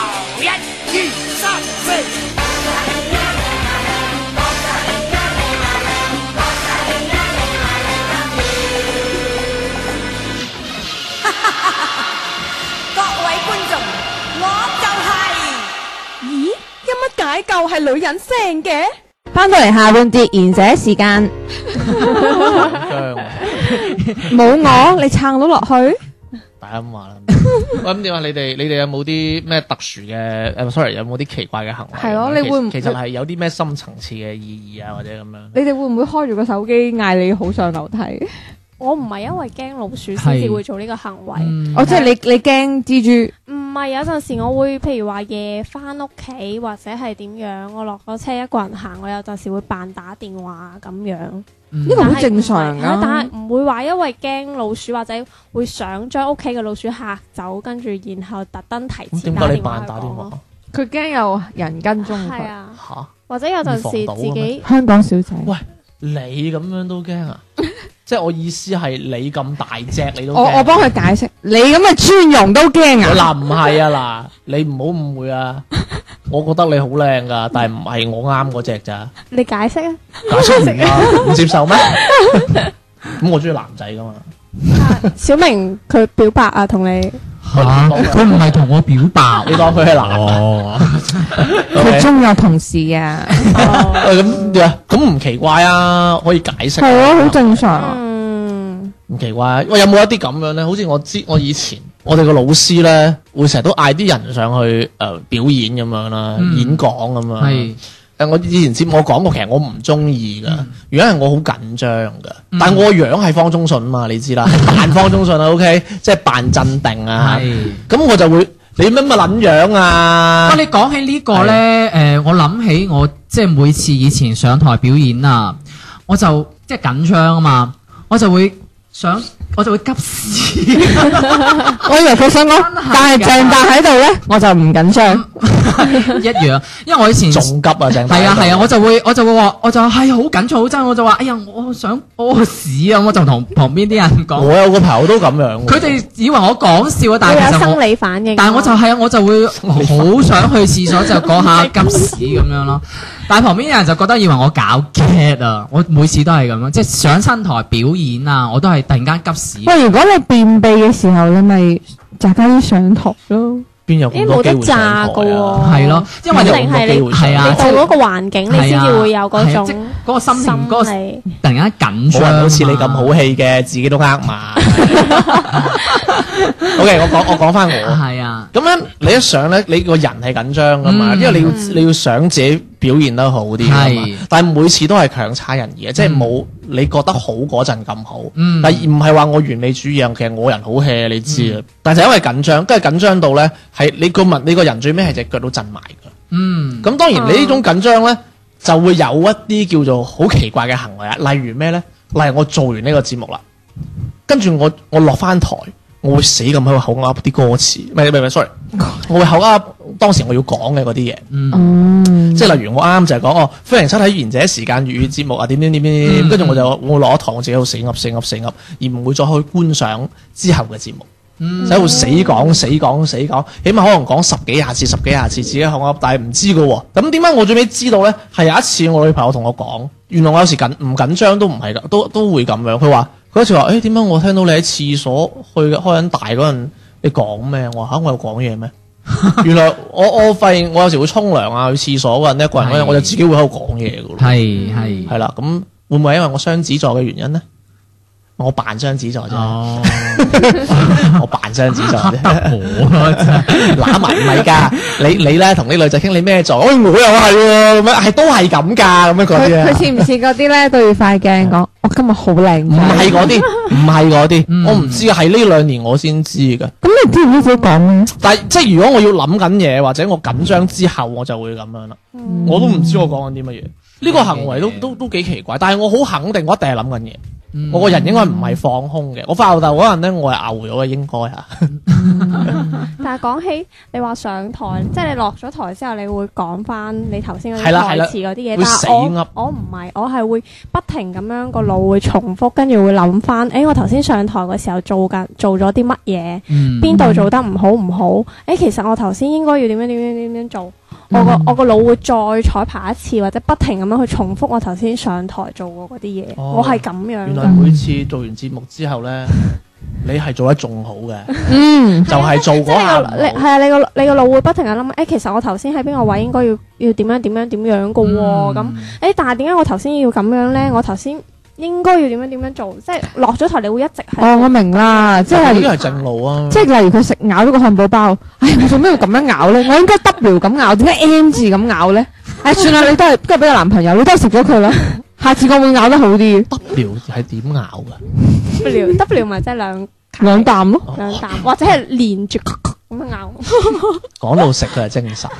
[SPEAKER 6] 各位觀眾，我就係、咦？有乜解救係女人聲嘅？
[SPEAKER 4] 翻到嚟下半節賢者時間，
[SPEAKER 1] 僵啊
[SPEAKER 4] 冇我你撐到落去，
[SPEAKER 1] 大家咁話啦。喂，咁點啊？你哋你哋有冇啲咩特殊嘅？誒，sorry，有冇啲奇怪嘅行為？
[SPEAKER 4] 係咯
[SPEAKER 1] 咁樣
[SPEAKER 4] 你會唔
[SPEAKER 1] 其其實係有啲咩深層次嘅意義啊，或者咁樣？
[SPEAKER 4] 你哋會唔會開住個手機嗌你好上樓梯？
[SPEAKER 3] 我唔係因為驚老鼠先至會做呢個行為，
[SPEAKER 2] 嗯
[SPEAKER 4] 哦，即係你你驚蜘蛛，
[SPEAKER 3] 唔係有陣時我會譬如話夜翻屋企或者係點樣，我落咗車一個人行，我有陣時會扮打電話咁樣。
[SPEAKER 2] 嗯
[SPEAKER 4] 呢個好正常
[SPEAKER 3] 係但
[SPEAKER 4] 㗎。
[SPEAKER 3] 係唔會話因為驚老鼠或者會想將屋企嘅老鼠嚇走，跟住然後特登提
[SPEAKER 1] 咁
[SPEAKER 3] 前
[SPEAKER 1] 點
[SPEAKER 3] 打
[SPEAKER 1] 解你
[SPEAKER 3] 電話
[SPEAKER 1] 扮
[SPEAKER 3] 去
[SPEAKER 1] 打
[SPEAKER 3] 講
[SPEAKER 1] 電
[SPEAKER 3] 咯。
[SPEAKER 1] 話？
[SPEAKER 4] 佢驚有人跟蹤
[SPEAKER 3] 係
[SPEAKER 4] 佢。
[SPEAKER 3] 啊，
[SPEAKER 1] 嚇！
[SPEAKER 3] 或者有陣
[SPEAKER 1] 預
[SPEAKER 3] 時
[SPEAKER 1] 防到
[SPEAKER 3] 自己
[SPEAKER 2] 啊
[SPEAKER 4] 香港小姐，
[SPEAKER 1] 喂你咁樣都驚啊？即係我意思係你咁大隻，你都
[SPEAKER 4] 我我幫
[SPEAKER 1] 佢。
[SPEAKER 4] 佢解釋，你咁嘅尊容都驚啊？
[SPEAKER 1] 嗱唔係啊嗱，你唔好誤會啊！我覺得你好靚噶，但係唔係我啱嗰只咋？
[SPEAKER 3] 你解釋啊，
[SPEAKER 1] 解釋唔啊？唔接受咩？咁我中意男仔噶嘛？
[SPEAKER 3] 小明佢表白啊，同你
[SPEAKER 2] 嚇佢唔係同我表白
[SPEAKER 1] 你當佢係男
[SPEAKER 2] 哦，
[SPEAKER 4] 佢
[SPEAKER 1] OK
[SPEAKER 4] 中有同事 啊，
[SPEAKER 3] 哦
[SPEAKER 1] 喂咁點啊咁唔奇怪啊，可以解釋。
[SPEAKER 4] 係啊，好正常啊。
[SPEAKER 3] 嗯，
[SPEAKER 1] 唔奇怪啊。喂，有冇一啲咁樣咧？好似我知我以前我哋個老師咧，會成日都嗌啲人上去誒、呃表演咁樣啦，
[SPEAKER 2] 嗯
[SPEAKER 1] 演講咁樣。
[SPEAKER 2] 係
[SPEAKER 1] 誒，我以前節目我講過，其實我唔中意噶，原因係我好緊張噶。
[SPEAKER 2] 嗯
[SPEAKER 1] 但我個樣係方中信嘛，你知啦，扮方中信啊，OK，即係扮鎮定啊。
[SPEAKER 2] 係。
[SPEAKER 1] 咁我就會你乜乜撚樣啊
[SPEAKER 2] 哇！？你講起呢個咧，誒，我諗起我即係每次以前上台表演啊，我就即係緊張啊嘛，我就會想，我就會急屎。
[SPEAKER 4] 我以為佢想講
[SPEAKER 2] 真係㗎，
[SPEAKER 4] 但係嗯鄭達喺度咧，我就唔緊張。
[SPEAKER 2] 一樣，因為我以前
[SPEAKER 1] 仲急啊，鄭大
[SPEAKER 2] 係啊
[SPEAKER 1] 哥
[SPEAKER 2] 係啊，我就會我就會話，我就話係啊好緊張好真，我就話哎呀我想屙屎啊，我就同 旁邊啲人講，
[SPEAKER 3] 哦
[SPEAKER 1] 我有個朋友都咁樣喎。
[SPEAKER 2] 佢哋以為我講笑啊，但
[SPEAKER 3] 會
[SPEAKER 2] 係
[SPEAKER 3] 有
[SPEAKER 2] 其實
[SPEAKER 3] 生
[SPEAKER 2] 我。
[SPEAKER 3] 理反應啊。
[SPEAKER 2] 但係我就係啊，我就會好想去廁所就 嗰下急屎咁樣咯。但係旁邊有人就覺得以為我搞 get 啊，我每次都係咁樣，即係上身台表演啊，我都係突然間急屎。
[SPEAKER 4] 喂，如果你便秘嘅時候，你咪扎低啲上堂咯。
[SPEAKER 1] 邊有
[SPEAKER 3] 咦
[SPEAKER 1] 咁
[SPEAKER 3] 冇
[SPEAKER 1] 多機
[SPEAKER 3] 得
[SPEAKER 1] 會
[SPEAKER 3] 炸
[SPEAKER 1] 上
[SPEAKER 3] 噶
[SPEAKER 1] 台啊？
[SPEAKER 3] 喎，
[SPEAKER 2] 係咯，因為
[SPEAKER 3] 一
[SPEAKER 2] 你
[SPEAKER 3] 定係你
[SPEAKER 1] 有咁多機會上
[SPEAKER 2] 係啊
[SPEAKER 3] 你到嗰個環境，你先至會有嗰
[SPEAKER 2] 係啊
[SPEAKER 3] 種
[SPEAKER 2] 即係嗰個心情，嗰個
[SPEAKER 3] 心理。
[SPEAKER 2] 突然間緊
[SPEAKER 1] 冇
[SPEAKER 2] 張啊。
[SPEAKER 1] 人好似你咁好戲嘅，自己都呃埋。OK，我講我講翻我。
[SPEAKER 2] 係啊，
[SPEAKER 1] 咁咧，你一上咧，你個人係緊張噶嘛，
[SPEAKER 2] 嗯
[SPEAKER 1] 因為你要你要想自己表現得好啲啊嘛
[SPEAKER 2] 係。
[SPEAKER 1] 但係每次都係強差人意嘅，即係冇你覺得好嗰陣咁好。
[SPEAKER 2] 嗯
[SPEAKER 1] 但係唔係話我完美主義啊，其實我人好 hea，你知啊。但係就因為緊張，跟住緊張到咧，係你個文你個人最尾係隻腳都震埋㗎。
[SPEAKER 2] 嗯，
[SPEAKER 1] 咁當然你呢種緊張咧，就會有一啲叫做好奇怪嘅行為啊，例如咩咧？例如我做完呢個節目啦，跟住我我落翻台，我會死咁喺度口噏啲歌詞，唔係唔係唔係，sorry。我會口噏當時我要講嘅嗰啲嘢，
[SPEAKER 4] 嗯，
[SPEAKER 1] 即係例如我啱啱就係講哦，歡迎收睇賢者時間粵語節目啊，點點點點點，
[SPEAKER 2] 嗯
[SPEAKER 1] 跟住我就我落一堂，我自己喺度死噏死噏死噏，而唔會再去觀賞之後嘅節目，
[SPEAKER 2] 嗯
[SPEAKER 1] 就喺度死講死講死講，起碼可能講十幾廿次十幾廿次自己口噏，但係唔知㗎喎。咁點解我最尾知道呢？係有一次我女朋友同我講，原來我有時緊唔緊張都唔係㗎，都都會咁樣。佢話佢有一次話，誒點解我聽到你喺廁所去開緊大嗰陣，你講咩？我話嚇我有講嘢咩？ 原來我我發現我有時會沖涼啊，去廁所嗰陣咧，一個人嗰陣，
[SPEAKER 2] 係
[SPEAKER 1] 我就自己會喺度講嘢噶咯。
[SPEAKER 2] 係係
[SPEAKER 1] 係啦，咁會唔會係因為我雙子座嘅原因咧？我扮雙子座啫，
[SPEAKER 2] 哦，
[SPEAKER 1] 我扮雙子座 啫，
[SPEAKER 2] 我咯真係
[SPEAKER 1] 揦埋唔係㗎。你你咧同啲女仔傾你咩座？哎，我又係喎，咁樣係都係咁㗎，咁樣嗰
[SPEAKER 4] 佢
[SPEAKER 1] 啲
[SPEAKER 4] 佢
[SPEAKER 1] 啊。
[SPEAKER 4] 似唔似嗰啲 咧對住塊鏡講：我今日好靚
[SPEAKER 1] 唔
[SPEAKER 4] 仔。
[SPEAKER 1] 係嗰啲，唔係嗰
[SPEAKER 2] 嗯
[SPEAKER 1] 啲，我唔知㗎，啊係呢兩年我先知㗎。
[SPEAKER 4] 咁你知唔知自己講咩？
[SPEAKER 1] 但係即係如
[SPEAKER 4] 嗯
[SPEAKER 1] 果我要諗緊嘢，或者我緊張之後，我就會咁樣啦。我都唔知我講緊啲乜嘢。呢個行為都
[SPEAKER 2] 嗯
[SPEAKER 1] 都都幾奇怪，但係我好肯定，我一定係諗緊嘢。
[SPEAKER 2] 嗯
[SPEAKER 1] 我個人應該唔係放空嘅。我翻老豆嗰陣咧，我係牛咗嘅，應該嚇。
[SPEAKER 3] 但係講起你話上台，即係你落咗台之後，你會講翻你頭先嗰
[SPEAKER 1] 係
[SPEAKER 3] 啲
[SPEAKER 1] 啦係
[SPEAKER 3] 台
[SPEAKER 1] 啦
[SPEAKER 3] 詞嗰啲嘢。
[SPEAKER 1] 會
[SPEAKER 3] 但
[SPEAKER 1] 死
[SPEAKER 3] 係
[SPEAKER 1] 噏
[SPEAKER 3] 我我唔係，我係會不停咁樣個腦會重複，跟住會諗翻，誒我頭先上台嘅時候做緊做咗啲乜嘢，
[SPEAKER 2] 嗯
[SPEAKER 3] 邊度做得唔好唔好？誒其實我頭先應該要點樣點樣點樣做。我
[SPEAKER 1] 嗯
[SPEAKER 3] 個我個腦會再彩排一次，或者不停咁樣去重複我頭先上台做過嗰啲嘢。
[SPEAKER 1] 哦
[SPEAKER 3] 我係咁樣
[SPEAKER 1] 原來
[SPEAKER 3] 㗎。
[SPEAKER 1] 每次做完節目之後咧，你係做得仲好嘅，
[SPEAKER 4] 嗯，
[SPEAKER 1] 就係做
[SPEAKER 3] 即
[SPEAKER 1] 嗰下
[SPEAKER 3] 係
[SPEAKER 1] 唔
[SPEAKER 3] 你個你
[SPEAKER 1] 好。
[SPEAKER 3] 係啊，你個你個腦會不停喺諗，誒、其實我頭先喺邊個位應該要要點樣點樣點樣嘅喎、咁誒、但係點解我頭先要咁樣咧？我頭先應該要點樣點樣做？即係落咗台，你會一直係、
[SPEAKER 4] 哦，我明啦，即係
[SPEAKER 1] 呢
[SPEAKER 4] 例
[SPEAKER 1] 個
[SPEAKER 4] 如
[SPEAKER 1] 係正路啊！
[SPEAKER 4] 即係例如佢食咬咗個漢堡包，唉，我做咩要咁樣咬咧？我應該 W 咁咬，點解 M 字咁咬咧？唉，算啦，你都係都係俾個男朋友，你都係食咗 佢啦。下次我會咬得好啲，
[SPEAKER 1] W 係點咬㗎？
[SPEAKER 3] W W 咪即係兩
[SPEAKER 4] 兩啖咯。
[SPEAKER 3] 兩 啖，或者係連住咁樣咬。
[SPEAKER 1] 講到食佢係精神，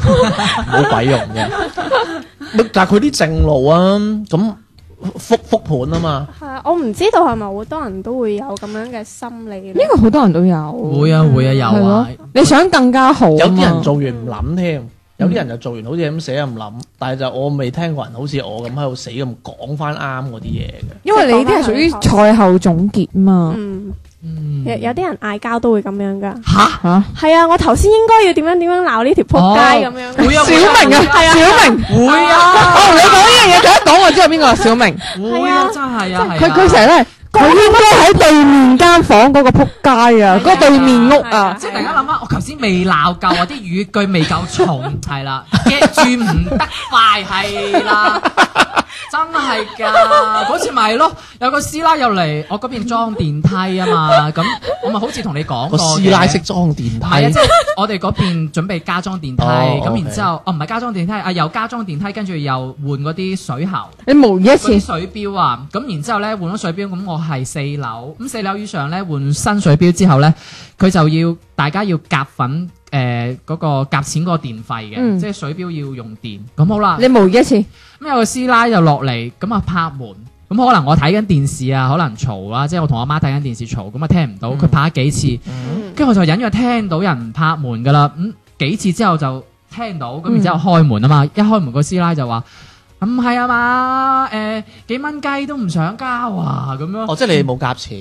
[SPEAKER 1] 冇鬼用嘅。咪但係佢啲正路啊，咁復復盤啊嘛。
[SPEAKER 3] 係啊，我唔知道係咪好多人都會有咁樣嘅心理。
[SPEAKER 4] 呢個好多人都有。
[SPEAKER 2] 會啊會啊
[SPEAKER 4] 係
[SPEAKER 2] 有
[SPEAKER 4] 咯
[SPEAKER 2] 啊，
[SPEAKER 4] 你想更加好啊
[SPEAKER 1] 有啲人
[SPEAKER 4] 嘛
[SPEAKER 1] 做完唔諗添，有啲人就做完好似咁寫咁諗，但係就我未聽過人好似我咁喺度死咁講翻啱嗰啲嘢嘅。
[SPEAKER 4] 因為你呢啲係屬於賽後總結嘛。
[SPEAKER 3] 嗯，
[SPEAKER 2] 嗯
[SPEAKER 3] 有有啲人嗌交都會咁樣㗎。
[SPEAKER 2] 吓
[SPEAKER 4] 嚇，
[SPEAKER 3] 係啊，我頭先應該要點樣點樣鬧呢條撲街咁樣。
[SPEAKER 2] 會啊
[SPEAKER 4] 小明啊，小明，
[SPEAKER 2] 會啊
[SPEAKER 4] 哦，你講呢樣嘢第一講我知係邊個啊，小明。
[SPEAKER 2] 會啊真係啊，
[SPEAKER 4] 佢佢成日咧，佢應該喺對面間房嗰個撲街啊，嗰個對面屋啊，
[SPEAKER 2] 即係突然間諗翻，我頭先未鬧夠啊，啲語句未夠重，係啦，get 住唔得快，係 啦，真係㗎，嗰次咪係咯，有個師奶又嚟我嗰邊裝電梯啊嘛，咁我咪好似同你講
[SPEAKER 1] 個
[SPEAKER 2] 過
[SPEAKER 1] 師
[SPEAKER 2] 嘅
[SPEAKER 1] 奶識裝電
[SPEAKER 2] 唔係啊，即
[SPEAKER 1] 梯，
[SPEAKER 2] 係我哋嗰邊準備加裝電梯，
[SPEAKER 1] 哦
[SPEAKER 2] 咁
[SPEAKER 1] OK
[SPEAKER 2] 然之後，哦唔係加裝電梯，啊又加裝電梯，跟住又換嗰啲水喉、
[SPEAKER 4] 你模擬一
[SPEAKER 2] 嗰啲
[SPEAKER 4] 次。
[SPEAKER 2] 水錶啊，咁然之後咧換咗水錶，咁我係四樓，咁四樓以上咧換新水錶之後咧，佢就要大家要夾粉誒嗰個夾錢嗰個電費嘅，
[SPEAKER 4] 嗯
[SPEAKER 2] 即係水錶要用電，咁好啦。
[SPEAKER 4] 你模擬一次，
[SPEAKER 2] 咁啊有個師奶就落嚟，咁啊拍門，咁可能我睇緊電視啊，可能嘈啦，即係我同我媽睇緊電視嘈，咁啊聽唔到，
[SPEAKER 1] 嗯
[SPEAKER 2] 佢拍咗幾次，跟住我就隱約聽到人拍門噶啦，咁幾次之後就聽到，咁然之後開門啊
[SPEAKER 1] 嗯
[SPEAKER 2] 嘛，一開門個師奶就話。唔係啊嘛，誒、幾蚊雞都唔想交啊咁樣，
[SPEAKER 1] 哦，即係你冇夾錢，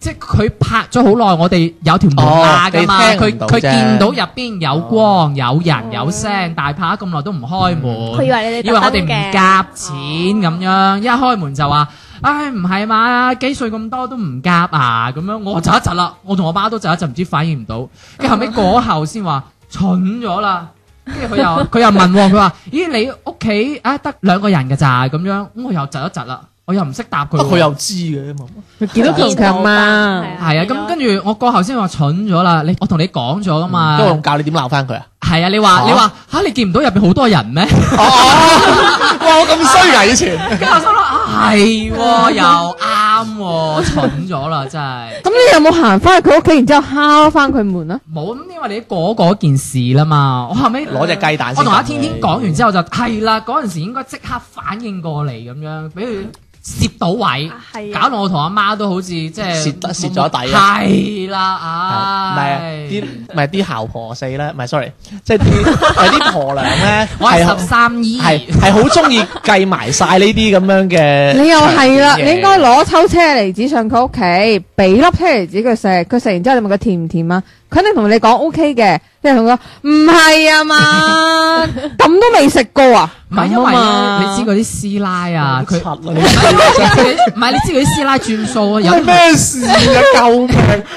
[SPEAKER 2] 即係佢拍咗好耐，我哋有條門罅噶嘛，
[SPEAKER 1] 哦你
[SPEAKER 2] 佢
[SPEAKER 1] 聽唔到
[SPEAKER 2] 佢、
[SPEAKER 1] 啫哦
[SPEAKER 2] 見到入邊有光、有人、有聲，大拍咁耐都唔開門，
[SPEAKER 3] 嗯佢以為你哋
[SPEAKER 2] 以為我哋唔夾錢
[SPEAKER 3] 特
[SPEAKER 2] 咁
[SPEAKER 3] 登嘅
[SPEAKER 2] 樣，一開門就話：，唉，唔係嘛，幾歲咁多都唔夾啊！咁樣我窒一窒啦，我同我媽都窒一窒，唔知反應唔到。跟住後尾過後先話蠢咗啦。跟住佢又佢又問喎，佢話：，咦，你屋企啊得兩個人嘅咋？咁樣，咁我又窒一窒啦，我又唔識答佢
[SPEAKER 1] 不
[SPEAKER 2] 喎。
[SPEAKER 1] 哦過佢又知嘅嘛。
[SPEAKER 4] 你見到強強嘛？
[SPEAKER 2] 係啊，咁跟住我過後先話蠢咗啦。你我同你講咗噶嘛
[SPEAKER 1] 因為？我仲教你點鬧翻 佢啊！
[SPEAKER 2] 係啊，你話
[SPEAKER 1] 嗯嚇
[SPEAKER 2] 你話吓，你見唔到入邊好多人咩？哦
[SPEAKER 1] 哇，我咁衰啊！以前
[SPEAKER 2] 跟住我心諗啊，係喎，又啱喎，蠢咗啦，真係
[SPEAKER 4] 咁你有冇行翻去佢屋企，然之後敲翻佢門啊？
[SPEAKER 2] 冇咁，因為你過嗰件事啦嘛。我後尾
[SPEAKER 1] 攞隻雞蛋先
[SPEAKER 2] 我同阿天天講完之後就係啦，嗰陣時應該即刻反應過嚟咁樣，俾佢攝到位，
[SPEAKER 3] 係啊
[SPEAKER 2] 搞到我同阿媽都好似即係
[SPEAKER 1] 蝕得蝕咗底啊
[SPEAKER 2] 係啦，
[SPEAKER 1] 唔係啊
[SPEAKER 2] 唉，
[SPEAKER 1] 啲唔係啲姣婆四咧，唔係 sorry，即係啲係啲婆娘咧，
[SPEAKER 2] 我係十
[SPEAKER 1] 係
[SPEAKER 2] 三姨。
[SPEAKER 1] 係係好中意計埋晒呢啲咁樣嘅。
[SPEAKER 4] 你又係啦，你應該攞抽車厘子上佢屋企，俾粒車厘子佢食，佢食完之後你問佢甜唔甜啊？佢肯定同你講 O K 嘅，你就同佢講唔係啊嘛， 咁都未食過啊？
[SPEAKER 2] 唔係因
[SPEAKER 4] 咁啊
[SPEAKER 2] 為
[SPEAKER 4] 嘛
[SPEAKER 2] 咧，你知嗰啲師奶啊，佢
[SPEAKER 1] 佢
[SPEAKER 2] 唔
[SPEAKER 1] 柒啦你。
[SPEAKER 2] 係唔係你知嗰啲師奶轉數啊，有
[SPEAKER 1] 喂咩事啊？救命！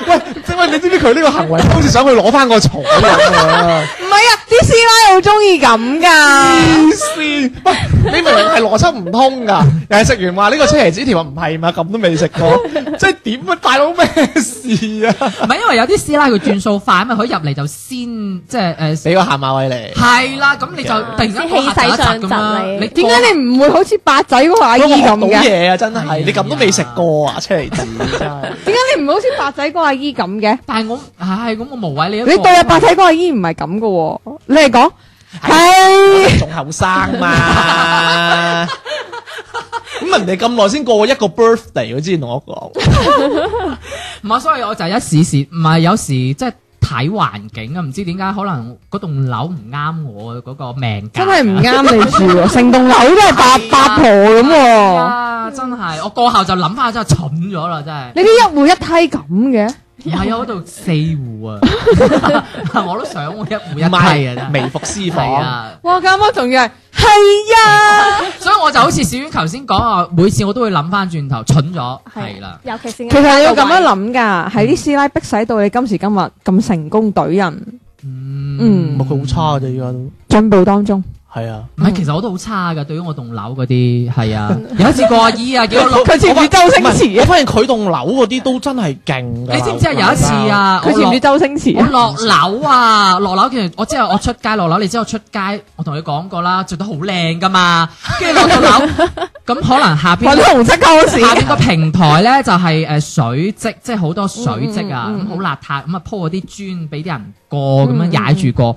[SPEAKER 1] 喂，即喂，你知唔知佢呢個行為好似想去攞翻個床咁啊？
[SPEAKER 4] 唔係啊，啲師奶好中意 咁噶。
[SPEAKER 1] 黐線！喂，你明明係邏輯唔通㗎， 又係食完話呢個車厘子條啊唔係嘛，咁都未食過， 即係點啊？大佬咩事啊？
[SPEAKER 2] 唔係因為有啲師奶佢轉數快啊嘛，佢入嚟就先即係誒，
[SPEAKER 1] 俾個下馬威你。
[SPEAKER 2] 係啦，咁你就突然間嗰下窒一窒咁樣，你
[SPEAKER 4] 點解你唔會好似八仔嗰個阿姨
[SPEAKER 1] 我學
[SPEAKER 4] 咁
[SPEAKER 1] 到
[SPEAKER 4] 嘅？
[SPEAKER 1] 嘢啊！真係，你咁都未食過啊？車厘子真係。
[SPEAKER 4] 點解你唔好似八仔嗰個阿姨咁嘅？
[SPEAKER 2] 但係我唉咁我無謂你一個
[SPEAKER 4] 你對阿八仔嗰個阿姨唔係咁嘅喎，你係講係
[SPEAKER 1] 仲後生嘛。咁人哋咁耐先過一個 birthday，佢之前同我講，
[SPEAKER 2] 唔係，所以我就一時時唔係有時即係睇環境啊，唔知點解可能嗰棟樓唔啱我嗰個命格 啊
[SPEAKER 4] 真係唔啱你住喎，成棟樓都係八八婆咁喎。
[SPEAKER 2] 啊！真係，我過後就諗翻真係蠢咗啦，真係。
[SPEAKER 4] 你啲一户一梯咁嘅，
[SPEAKER 2] 唔係啊，嗰度四户啊， 我都想我一户一
[SPEAKER 1] 唔
[SPEAKER 2] 梯啊，
[SPEAKER 1] 係
[SPEAKER 2] 真係。
[SPEAKER 1] 微服私
[SPEAKER 2] 係
[SPEAKER 1] 訪。
[SPEAKER 2] 啊，
[SPEAKER 4] 哇！咁啱仲要係係啊，
[SPEAKER 2] 所以我就好似小婉頭先講啊，每次我都會諗翻轉頭，蠢咗係啦。
[SPEAKER 3] 尤其是
[SPEAKER 4] 其實你要咁樣諗㗎，係啲師奶逼使到你今時今日咁成功懟人，
[SPEAKER 2] 嗯
[SPEAKER 4] 嗯
[SPEAKER 1] 唔係佢好差嘅啫，依家都
[SPEAKER 4] 進步當中。
[SPEAKER 1] 係啊。
[SPEAKER 2] 唔係，其實我都好差噶，對於我棟樓嗰啲係啊，有一次個阿姨啊，叫我 攞，
[SPEAKER 4] 佢似唔似周星
[SPEAKER 1] 唔係我
[SPEAKER 4] 馳啊？
[SPEAKER 1] 發現佢棟樓嗰啲都真係勁㗎。
[SPEAKER 2] 你知唔知啊？有一次，啊，
[SPEAKER 4] 佢似唔似周星馳
[SPEAKER 2] 我
[SPEAKER 4] 啊？
[SPEAKER 2] 落樓啊，落樓其實我之後我出街落樓，你知我出街，我同你講過啦，着得好靚噶嘛，跟住落到 樓，咁可能下邊
[SPEAKER 4] 揾紅色鳩屎，
[SPEAKER 2] 下邊個平台咧就係誒水漬，即係好多水漬啊，咁好邋遢，咁啊鋪嗰啲磚俾啲人過，咁樣踩住過，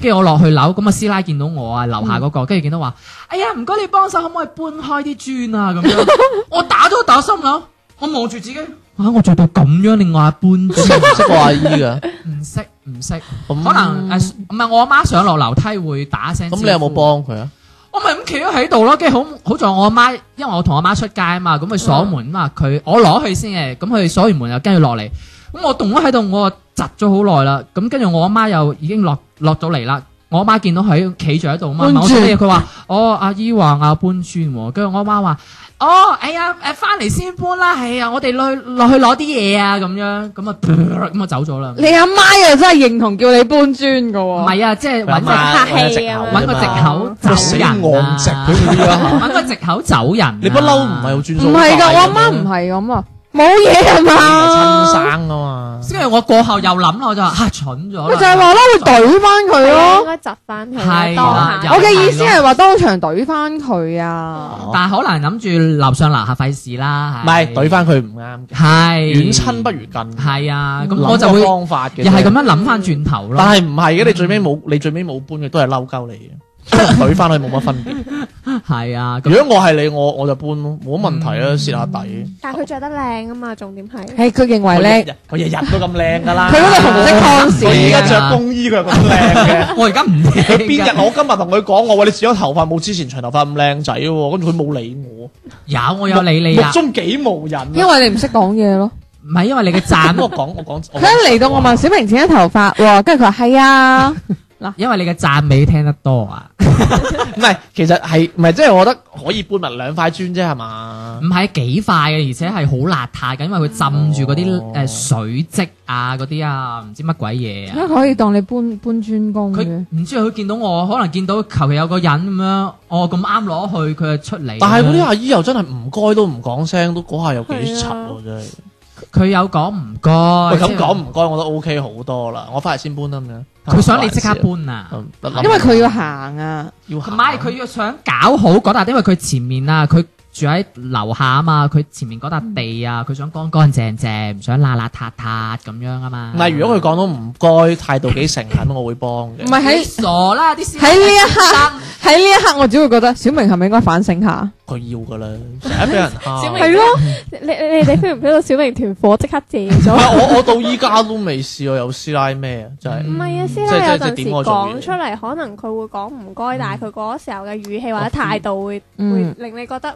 [SPEAKER 2] 跟住我落去樓，咁啊師奶見到我啊，樓下嗰個，跟住見到話，哎呀唔該你幫手，可唔可以搬開啲磚啊咁樣，我打都打心諗，我望住自己，啊我做到咁樣，另外搬磚。
[SPEAKER 1] 識個阿姨 㗎，
[SPEAKER 2] 唔識唔識，
[SPEAKER 1] 嗯
[SPEAKER 2] 可能誒唔係我阿媽上落樓梯會打聲。
[SPEAKER 1] 咁你有冇？幫佢啊？
[SPEAKER 2] 我咪咁企咗喺度咯，跟住好好在我阿媽，因為我同我媽出街啊嘛，咁佢鎖門啊
[SPEAKER 4] 嗯
[SPEAKER 2] 嘛，佢我攞去先嘅，咁佢鎖完門又跟住落嚟，咁我動咗喺度，我窒咗好耐啦，咁跟住我阿媽又已經落落咗嚟啦。我阿媽見到佢企住喺度啊嘛，
[SPEAKER 4] 搬
[SPEAKER 2] 問我
[SPEAKER 4] 磚
[SPEAKER 2] 做乜嘢？佢話：哦，阿姨話我搬磚喎。跟住我阿媽話：哦，哎呀，誒翻嚟先搬啦，係啊，我哋落去落去攞啲嘢啊，咁樣，咁啊，咁我走咗啦。
[SPEAKER 4] 你阿媽又真係認同叫你搬磚㗎
[SPEAKER 2] 唔
[SPEAKER 4] 喎。
[SPEAKER 2] 係啊，即係揾個
[SPEAKER 3] 媽客氣啊
[SPEAKER 2] 揾個藉口走
[SPEAKER 1] 死
[SPEAKER 2] 人啊！
[SPEAKER 1] 戇直佢會啊！
[SPEAKER 2] 揾個藉口走人啊。
[SPEAKER 1] 你不嬲唔係好專
[SPEAKER 4] 唔
[SPEAKER 1] 數好快
[SPEAKER 4] 係
[SPEAKER 1] 㗎
[SPEAKER 4] 㗎，我阿媽唔係咁啊，冇嘢啊嘛。
[SPEAKER 1] 親生啊嘛。
[SPEAKER 2] 跟住我過後又諗啦，我就話啊蠢咗啦。
[SPEAKER 4] 咪就係話啦，會懟翻佢
[SPEAKER 3] 應
[SPEAKER 4] 咯。
[SPEAKER 3] 該窒翻
[SPEAKER 2] 係
[SPEAKER 3] 佢，
[SPEAKER 2] 啦
[SPEAKER 3] 當
[SPEAKER 2] 有
[SPEAKER 3] 下
[SPEAKER 4] 我嘅意思係話當場懟翻佢啊。
[SPEAKER 2] 但係可能諗住樓上樓下費事啦。
[SPEAKER 1] 唔係懟翻佢唔啱嘅，
[SPEAKER 2] 係
[SPEAKER 1] 遠親不如近。
[SPEAKER 2] 係啊，咁
[SPEAKER 1] 諗
[SPEAKER 2] 我就會
[SPEAKER 1] 個方法嘅，
[SPEAKER 2] 又係咁。樣諗翻轉頭咯。
[SPEAKER 1] 但係唔係嘅，你最尾冇，你最尾冇搬嘅都係嬲鳩你嘅，所以懟翻去冇乜 分別。
[SPEAKER 2] 係啊，咁
[SPEAKER 1] 如果我係你，我我就搬咯，冇乜問題啊，蝕下底。
[SPEAKER 3] 但係佢着得靚啊嘛，重點係。
[SPEAKER 4] 誒，佢認
[SPEAKER 1] 我
[SPEAKER 4] 為
[SPEAKER 1] 日
[SPEAKER 4] 咧，
[SPEAKER 1] 日我日日都咁靚噶啦。
[SPEAKER 4] 佢嗰個紅色康士
[SPEAKER 1] 佢而家
[SPEAKER 4] 啊
[SPEAKER 1] 着工衣，佢又咁靚 嘅。
[SPEAKER 2] 我而家唔
[SPEAKER 1] 佢
[SPEAKER 2] 佢
[SPEAKER 1] 邊日我今日同佢講，我話你剪咗頭髮冇之前長頭髮咁靚仔喎，跟住佢冇理我，
[SPEAKER 2] 有我有理你啊
[SPEAKER 1] 目，中幾無人啊。
[SPEAKER 4] 因為你唔識講嘢咯。
[SPEAKER 2] 唔係因為你嘅讚，
[SPEAKER 1] 咁 我講我講，
[SPEAKER 4] 佢一嚟到我問小明剪咗頭髮喎，跟住佢話係啊，
[SPEAKER 2] 因為你嘅讚美聽得多啊。
[SPEAKER 1] 唔係，其實係唔係即係我覺得可以搬埋兩塊磚啫係嘛
[SPEAKER 2] 唔？係幾快嘅，而且係好邋遢嘅，因為佢浸住嗰
[SPEAKER 1] 哦
[SPEAKER 2] 啲誒水漬啊，嗰啲啊，唔知乜鬼嘢
[SPEAKER 4] 點解
[SPEAKER 2] 啊。
[SPEAKER 4] 佢可以當你搬搬磚工
[SPEAKER 2] 佢
[SPEAKER 4] 嘅？
[SPEAKER 2] 唔知佢見到我，可能見到求其有個人咁樣，哦咁啱攞去，佢就出嚟。
[SPEAKER 1] 但係嗰
[SPEAKER 4] 啊
[SPEAKER 1] 啲阿姨又真係唔該都唔講聲，都嗰下又幾柒喎真係。
[SPEAKER 2] 佢有講唔該，
[SPEAKER 1] 喂，咁
[SPEAKER 2] 即係
[SPEAKER 1] 講唔該我都 OK 好多啦，我翻嚟先搬啦咁樣。
[SPEAKER 2] 佢想你即刻搬啊！
[SPEAKER 1] 嗯，得啦
[SPEAKER 4] 因為佢要行啊，
[SPEAKER 1] 要行
[SPEAKER 2] 唔係佢要想搞好嗰笪，因為佢前面啊，佢住喺樓下啊嘛，佢前面嗰笪地
[SPEAKER 4] 嗯
[SPEAKER 2] 啊，佢想乾乾淨淨，唔想邋邋遢遢咁樣啊嘛。
[SPEAKER 1] 唔係，如果佢講到唔該，態度幾誠懇，我會幫嘅。
[SPEAKER 4] 唔係
[SPEAKER 2] 你
[SPEAKER 4] 喺
[SPEAKER 2] 傻啦，啲師奶
[SPEAKER 4] 喺呢一刻
[SPEAKER 2] 特登
[SPEAKER 4] 喺呢一刻，我只會覺得小明係咪應該反省下？
[SPEAKER 1] 佢要噶啦，成日俾人蝦。
[SPEAKER 3] 係咯，你你你 feel 唔 feel 到小明團火即刻謝
[SPEAKER 1] 唔
[SPEAKER 3] 咗？
[SPEAKER 1] 係我我到依家都未試過有師奶咩啊，真
[SPEAKER 3] 唔
[SPEAKER 1] 係。
[SPEAKER 3] 係啊，師
[SPEAKER 1] 即係
[SPEAKER 3] 奶有
[SPEAKER 1] 即
[SPEAKER 3] 陣
[SPEAKER 1] 係
[SPEAKER 3] 時
[SPEAKER 1] 點我做嘢
[SPEAKER 3] 講出嚟，可能佢會講唔該，但係佢嗰時候嘅語氣或者態度會會
[SPEAKER 4] 嗯
[SPEAKER 3] 令你覺得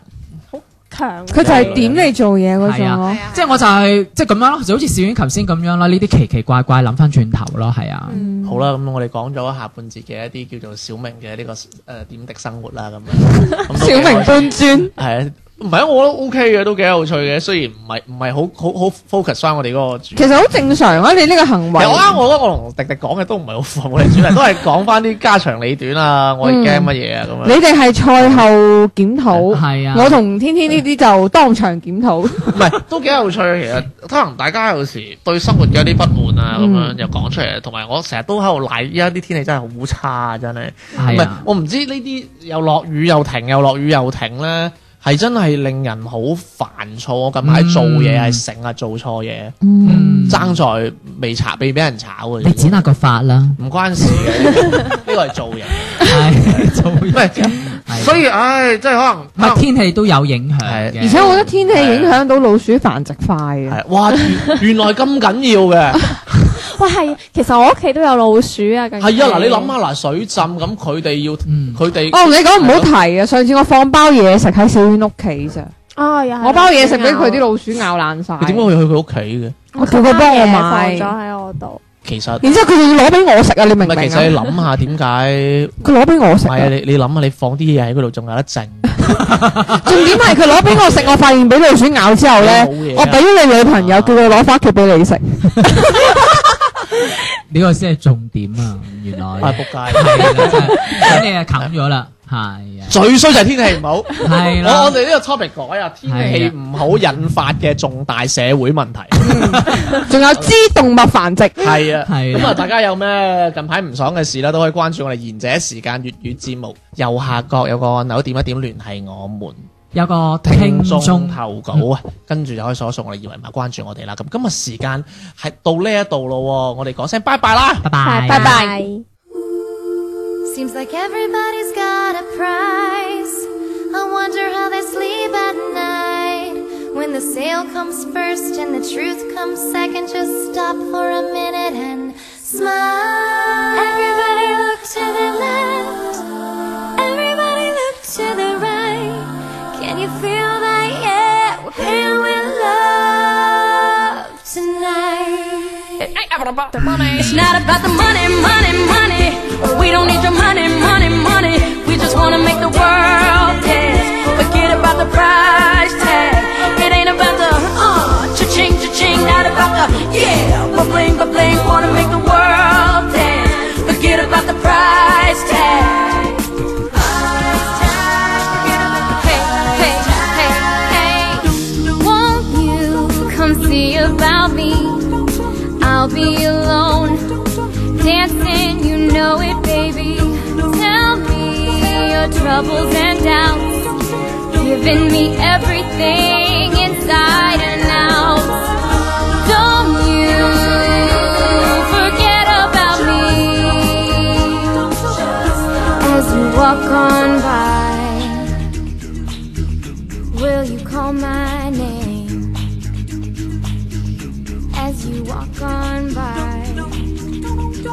[SPEAKER 3] 好強。
[SPEAKER 4] 佢就係點你做嘢嗰
[SPEAKER 2] 係
[SPEAKER 4] 種
[SPEAKER 2] 啊
[SPEAKER 4] 咯。
[SPEAKER 2] 即係我就係即係咁樣咯，就好似小婉頭先咁樣啦，呢啲奇奇怪怪諗翻轉頭咯，係啊，
[SPEAKER 4] 嗯
[SPEAKER 1] 好啦，咁我哋講咗下半節嘅一啲叫做小明嘅呢個誒點滴生活啦， 咁樣。咁都
[SPEAKER 4] 小
[SPEAKER 1] 幾
[SPEAKER 4] 明
[SPEAKER 1] 開心
[SPEAKER 4] 搬磚，
[SPEAKER 1] 係啊，唔係啊，我覺得 OK 嘅，都幾有趣嘅。雖然唔係唔係好好好 focus 翻我哋嗰個主
[SPEAKER 4] 其實好正常啊！你呢個行為
[SPEAKER 1] 有，啊，我覺得我同迪迪講嘅都唔係好符合我哋主題，都係講翻啲家長里短啊，我哋驚乜嘢啊咁
[SPEAKER 4] 你
[SPEAKER 1] 樣。
[SPEAKER 4] 哋係賽後檢討，
[SPEAKER 2] 係啊
[SPEAKER 4] 我同天天呢啲就當場檢討。
[SPEAKER 1] 唔 係都幾有趣，其實可能大家有時對生活有啲不滿啊，
[SPEAKER 2] 嗯
[SPEAKER 1] 咁樣又講出嚟，同埋我成日都喺度賴，依家啲天氣真係好差，真係。唔
[SPEAKER 2] 係
[SPEAKER 1] 係
[SPEAKER 2] 啊，
[SPEAKER 1] 我唔知呢啲又落雨又停，又落雨又停咧，係真係令人好煩躁。我近排做嘢係成日做錯嘢，
[SPEAKER 2] 嗯，
[SPEAKER 1] 爭在未炒未俾人炒嘅
[SPEAKER 2] 你剪啊下
[SPEAKER 1] 啫。
[SPEAKER 2] 個髮啦，
[SPEAKER 1] 唔關 事嘅，呢個係造型。
[SPEAKER 2] 係做
[SPEAKER 1] 唔
[SPEAKER 2] 嘢，
[SPEAKER 1] 係，所以唉，即係可能啊
[SPEAKER 2] 唔係天氣都有影響嘅，
[SPEAKER 4] 而且我覺得天氣影響到老鼠繁殖快啊嘅。
[SPEAKER 1] 係哇，原原來咁緊 要嘅。
[SPEAKER 3] 喂，係，其實我屋企都有老鼠啊，近期
[SPEAKER 1] 係啊，嗱，你諗下嗱，水浸咁佢哋要
[SPEAKER 2] 嗯
[SPEAKER 1] 佢哋
[SPEAKER 4] 哦，你講唔好提啊！上次我放包嘢食喺小娟屋企咋，
[SPEAKER 3] 啊，又係
[SPEAKER 4] 我包嘢食俾佢啲
[SPEAKER 3] 老
[SPEAKER 4] 老鼠咬爛晒。
[SPEAKER 1] 佢點解會去佢屋企嘅？
[SPEAKER 3] 鼠咬，
[SPEAKER 4] 我叫佢幫我買
[SPEAKER 3] 佢包嘢放咗喺我度，
[SPEAKER 1] 其實
[SPEAKER 4] 然之後佢仲要攞俾我食啊！你
[SPEAKER 1] 唔
[SPEAKER 4] 明唔
[SPEAKER 1] 係，
[SPEAKER 4] 明
[SPEAKER 1] 其實你
[SPEAKER 4] 啊？
[SPEAKER 1] 諗下點解？
[SPEAKER 4] 佢攞俾我食
[SPEAKER 1] 唔
[SPEAKER 4] 啊，
[SPEAKER 1] 係啊，你你諗下，你放啲嘢喺嗰度仲有得 剩，
[SPEAKER 4] 重點係佢攞俾我食，我發現俾老鼠咬之後咧
[SPEAKER 1] 冇嘢，啊
[SPEAKER 4] 我俾咗你女朋友，叫佢攞翻屋企俾你食。
[SPEAKER 2] 呢個先係重點啊！原來
[SPEAKER 1] 啊
[SPEAKER 2] 係
[SPEAKER 1] 仆街！
[SPEAKER 2] 啦真係咁你啊冚咗啦，係啊，
[SPEAKER 1] 最衰就係天氣唔好。
[SPEAKER 2] 係
[SPEAKER 1] 我
[SPEAKER 2] 啦
[SPEAKER 1] 我。哋呢個 topic 改啊，天氣唔好引發嘅重大社會問題。
[SPEAKER 4] 仲有知動物繁殖，
[SPEAKER 1] 係啊，
[SPEAKER 2] 係啊
[SPEAKER 1] 咁啊，大家有咩近排唔爽嘅事咧，都可以關注我哋賢者時間粵語節目右下角有個按鈕，點一點聯繫我們。
[SPEAKER 2] 有個聽
[SPEAKER 1] 聽
[SPEAKER 2] 眾
[SPEAKER 1] 眾投稿啊，跟住就可以掃一掃我哋二維碼，關注我哋啦。咁今日時間係到呢一度咯喎，我哋講聲拜拜啦。
[SPEAKER 2] 拜拜。
[SPEAKER 3] 拜拜。
[SPEAKER 8] Seems like everybody's got a price. I wonder how they sleep at night. When the sale comes first and the truth comes second, just stop for a minute and smile. Everybody look to the left. Everybody look to the right. Can you feel that? Yeah, we're filled with love tonight.
[SPEAKER 5] It ain't about the money. It's not about the money, money, money. We don't need your money, money, money. We just wanna make the world dance. Forget about the price tag. It ain't about the uh, cha-ching, cha-ching. Not about the yeah, ba-bling, ba-bling. Wanna make the world dance. Forget about the price tag.
[SPEAKER 8] Hey, hey, hey, hey. Won't you come see about me? I'll be alone, dancing, you know it, baby. Tell me your troubles and doubts, giving me everything inside and out. Don't you forget about me as you walk on by. Will you call my name as you walk on by?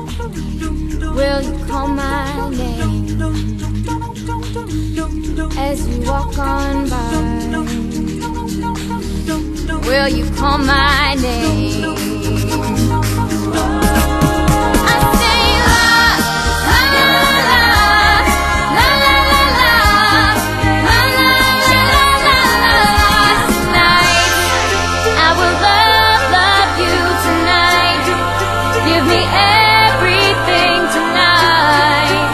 [SPEAKER 8] Will you call my name as you walk on by? Will you call my name? I say la la la la la la la la la la la la la tonight. I will love love you tonight. Give me everything tonight.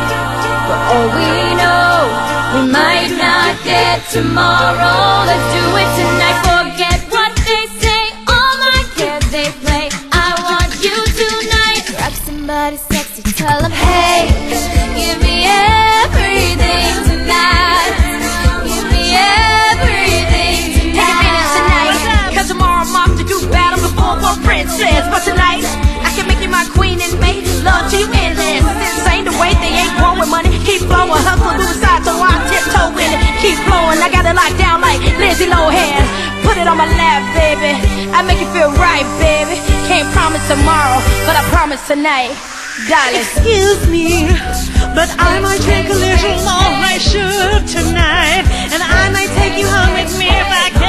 [SPEAKER 8] For all we know, we might not get tomorrow. Let's do it tonight. Forget what they say. All my kids they play. I want you tonight. Grab somebody sexy, tell 'em, hey, give me everything tonight. Give me everything
[SPEAKER 5] Take advantage tonight.
[SPEAKER 8] tonight.
[SPEAKER 5] Cause tomorrow I'm off to do battle before a princess. But tonight, I can make you my queen and make love to you endless. This ain't the way they ain't growing money. Keep blowing hustle to the side, so I tiptoe in it. Keep blowing, I got it locked down like Lindsay Lohan. Put it on my lap, baby. I make you feel right, baby. Can't promise tomorrow, but I promise tonight. Darling.
[SPEAKER 9] Excuse me, but I might take a little more than I should tonight, and I might take you home with me if I can.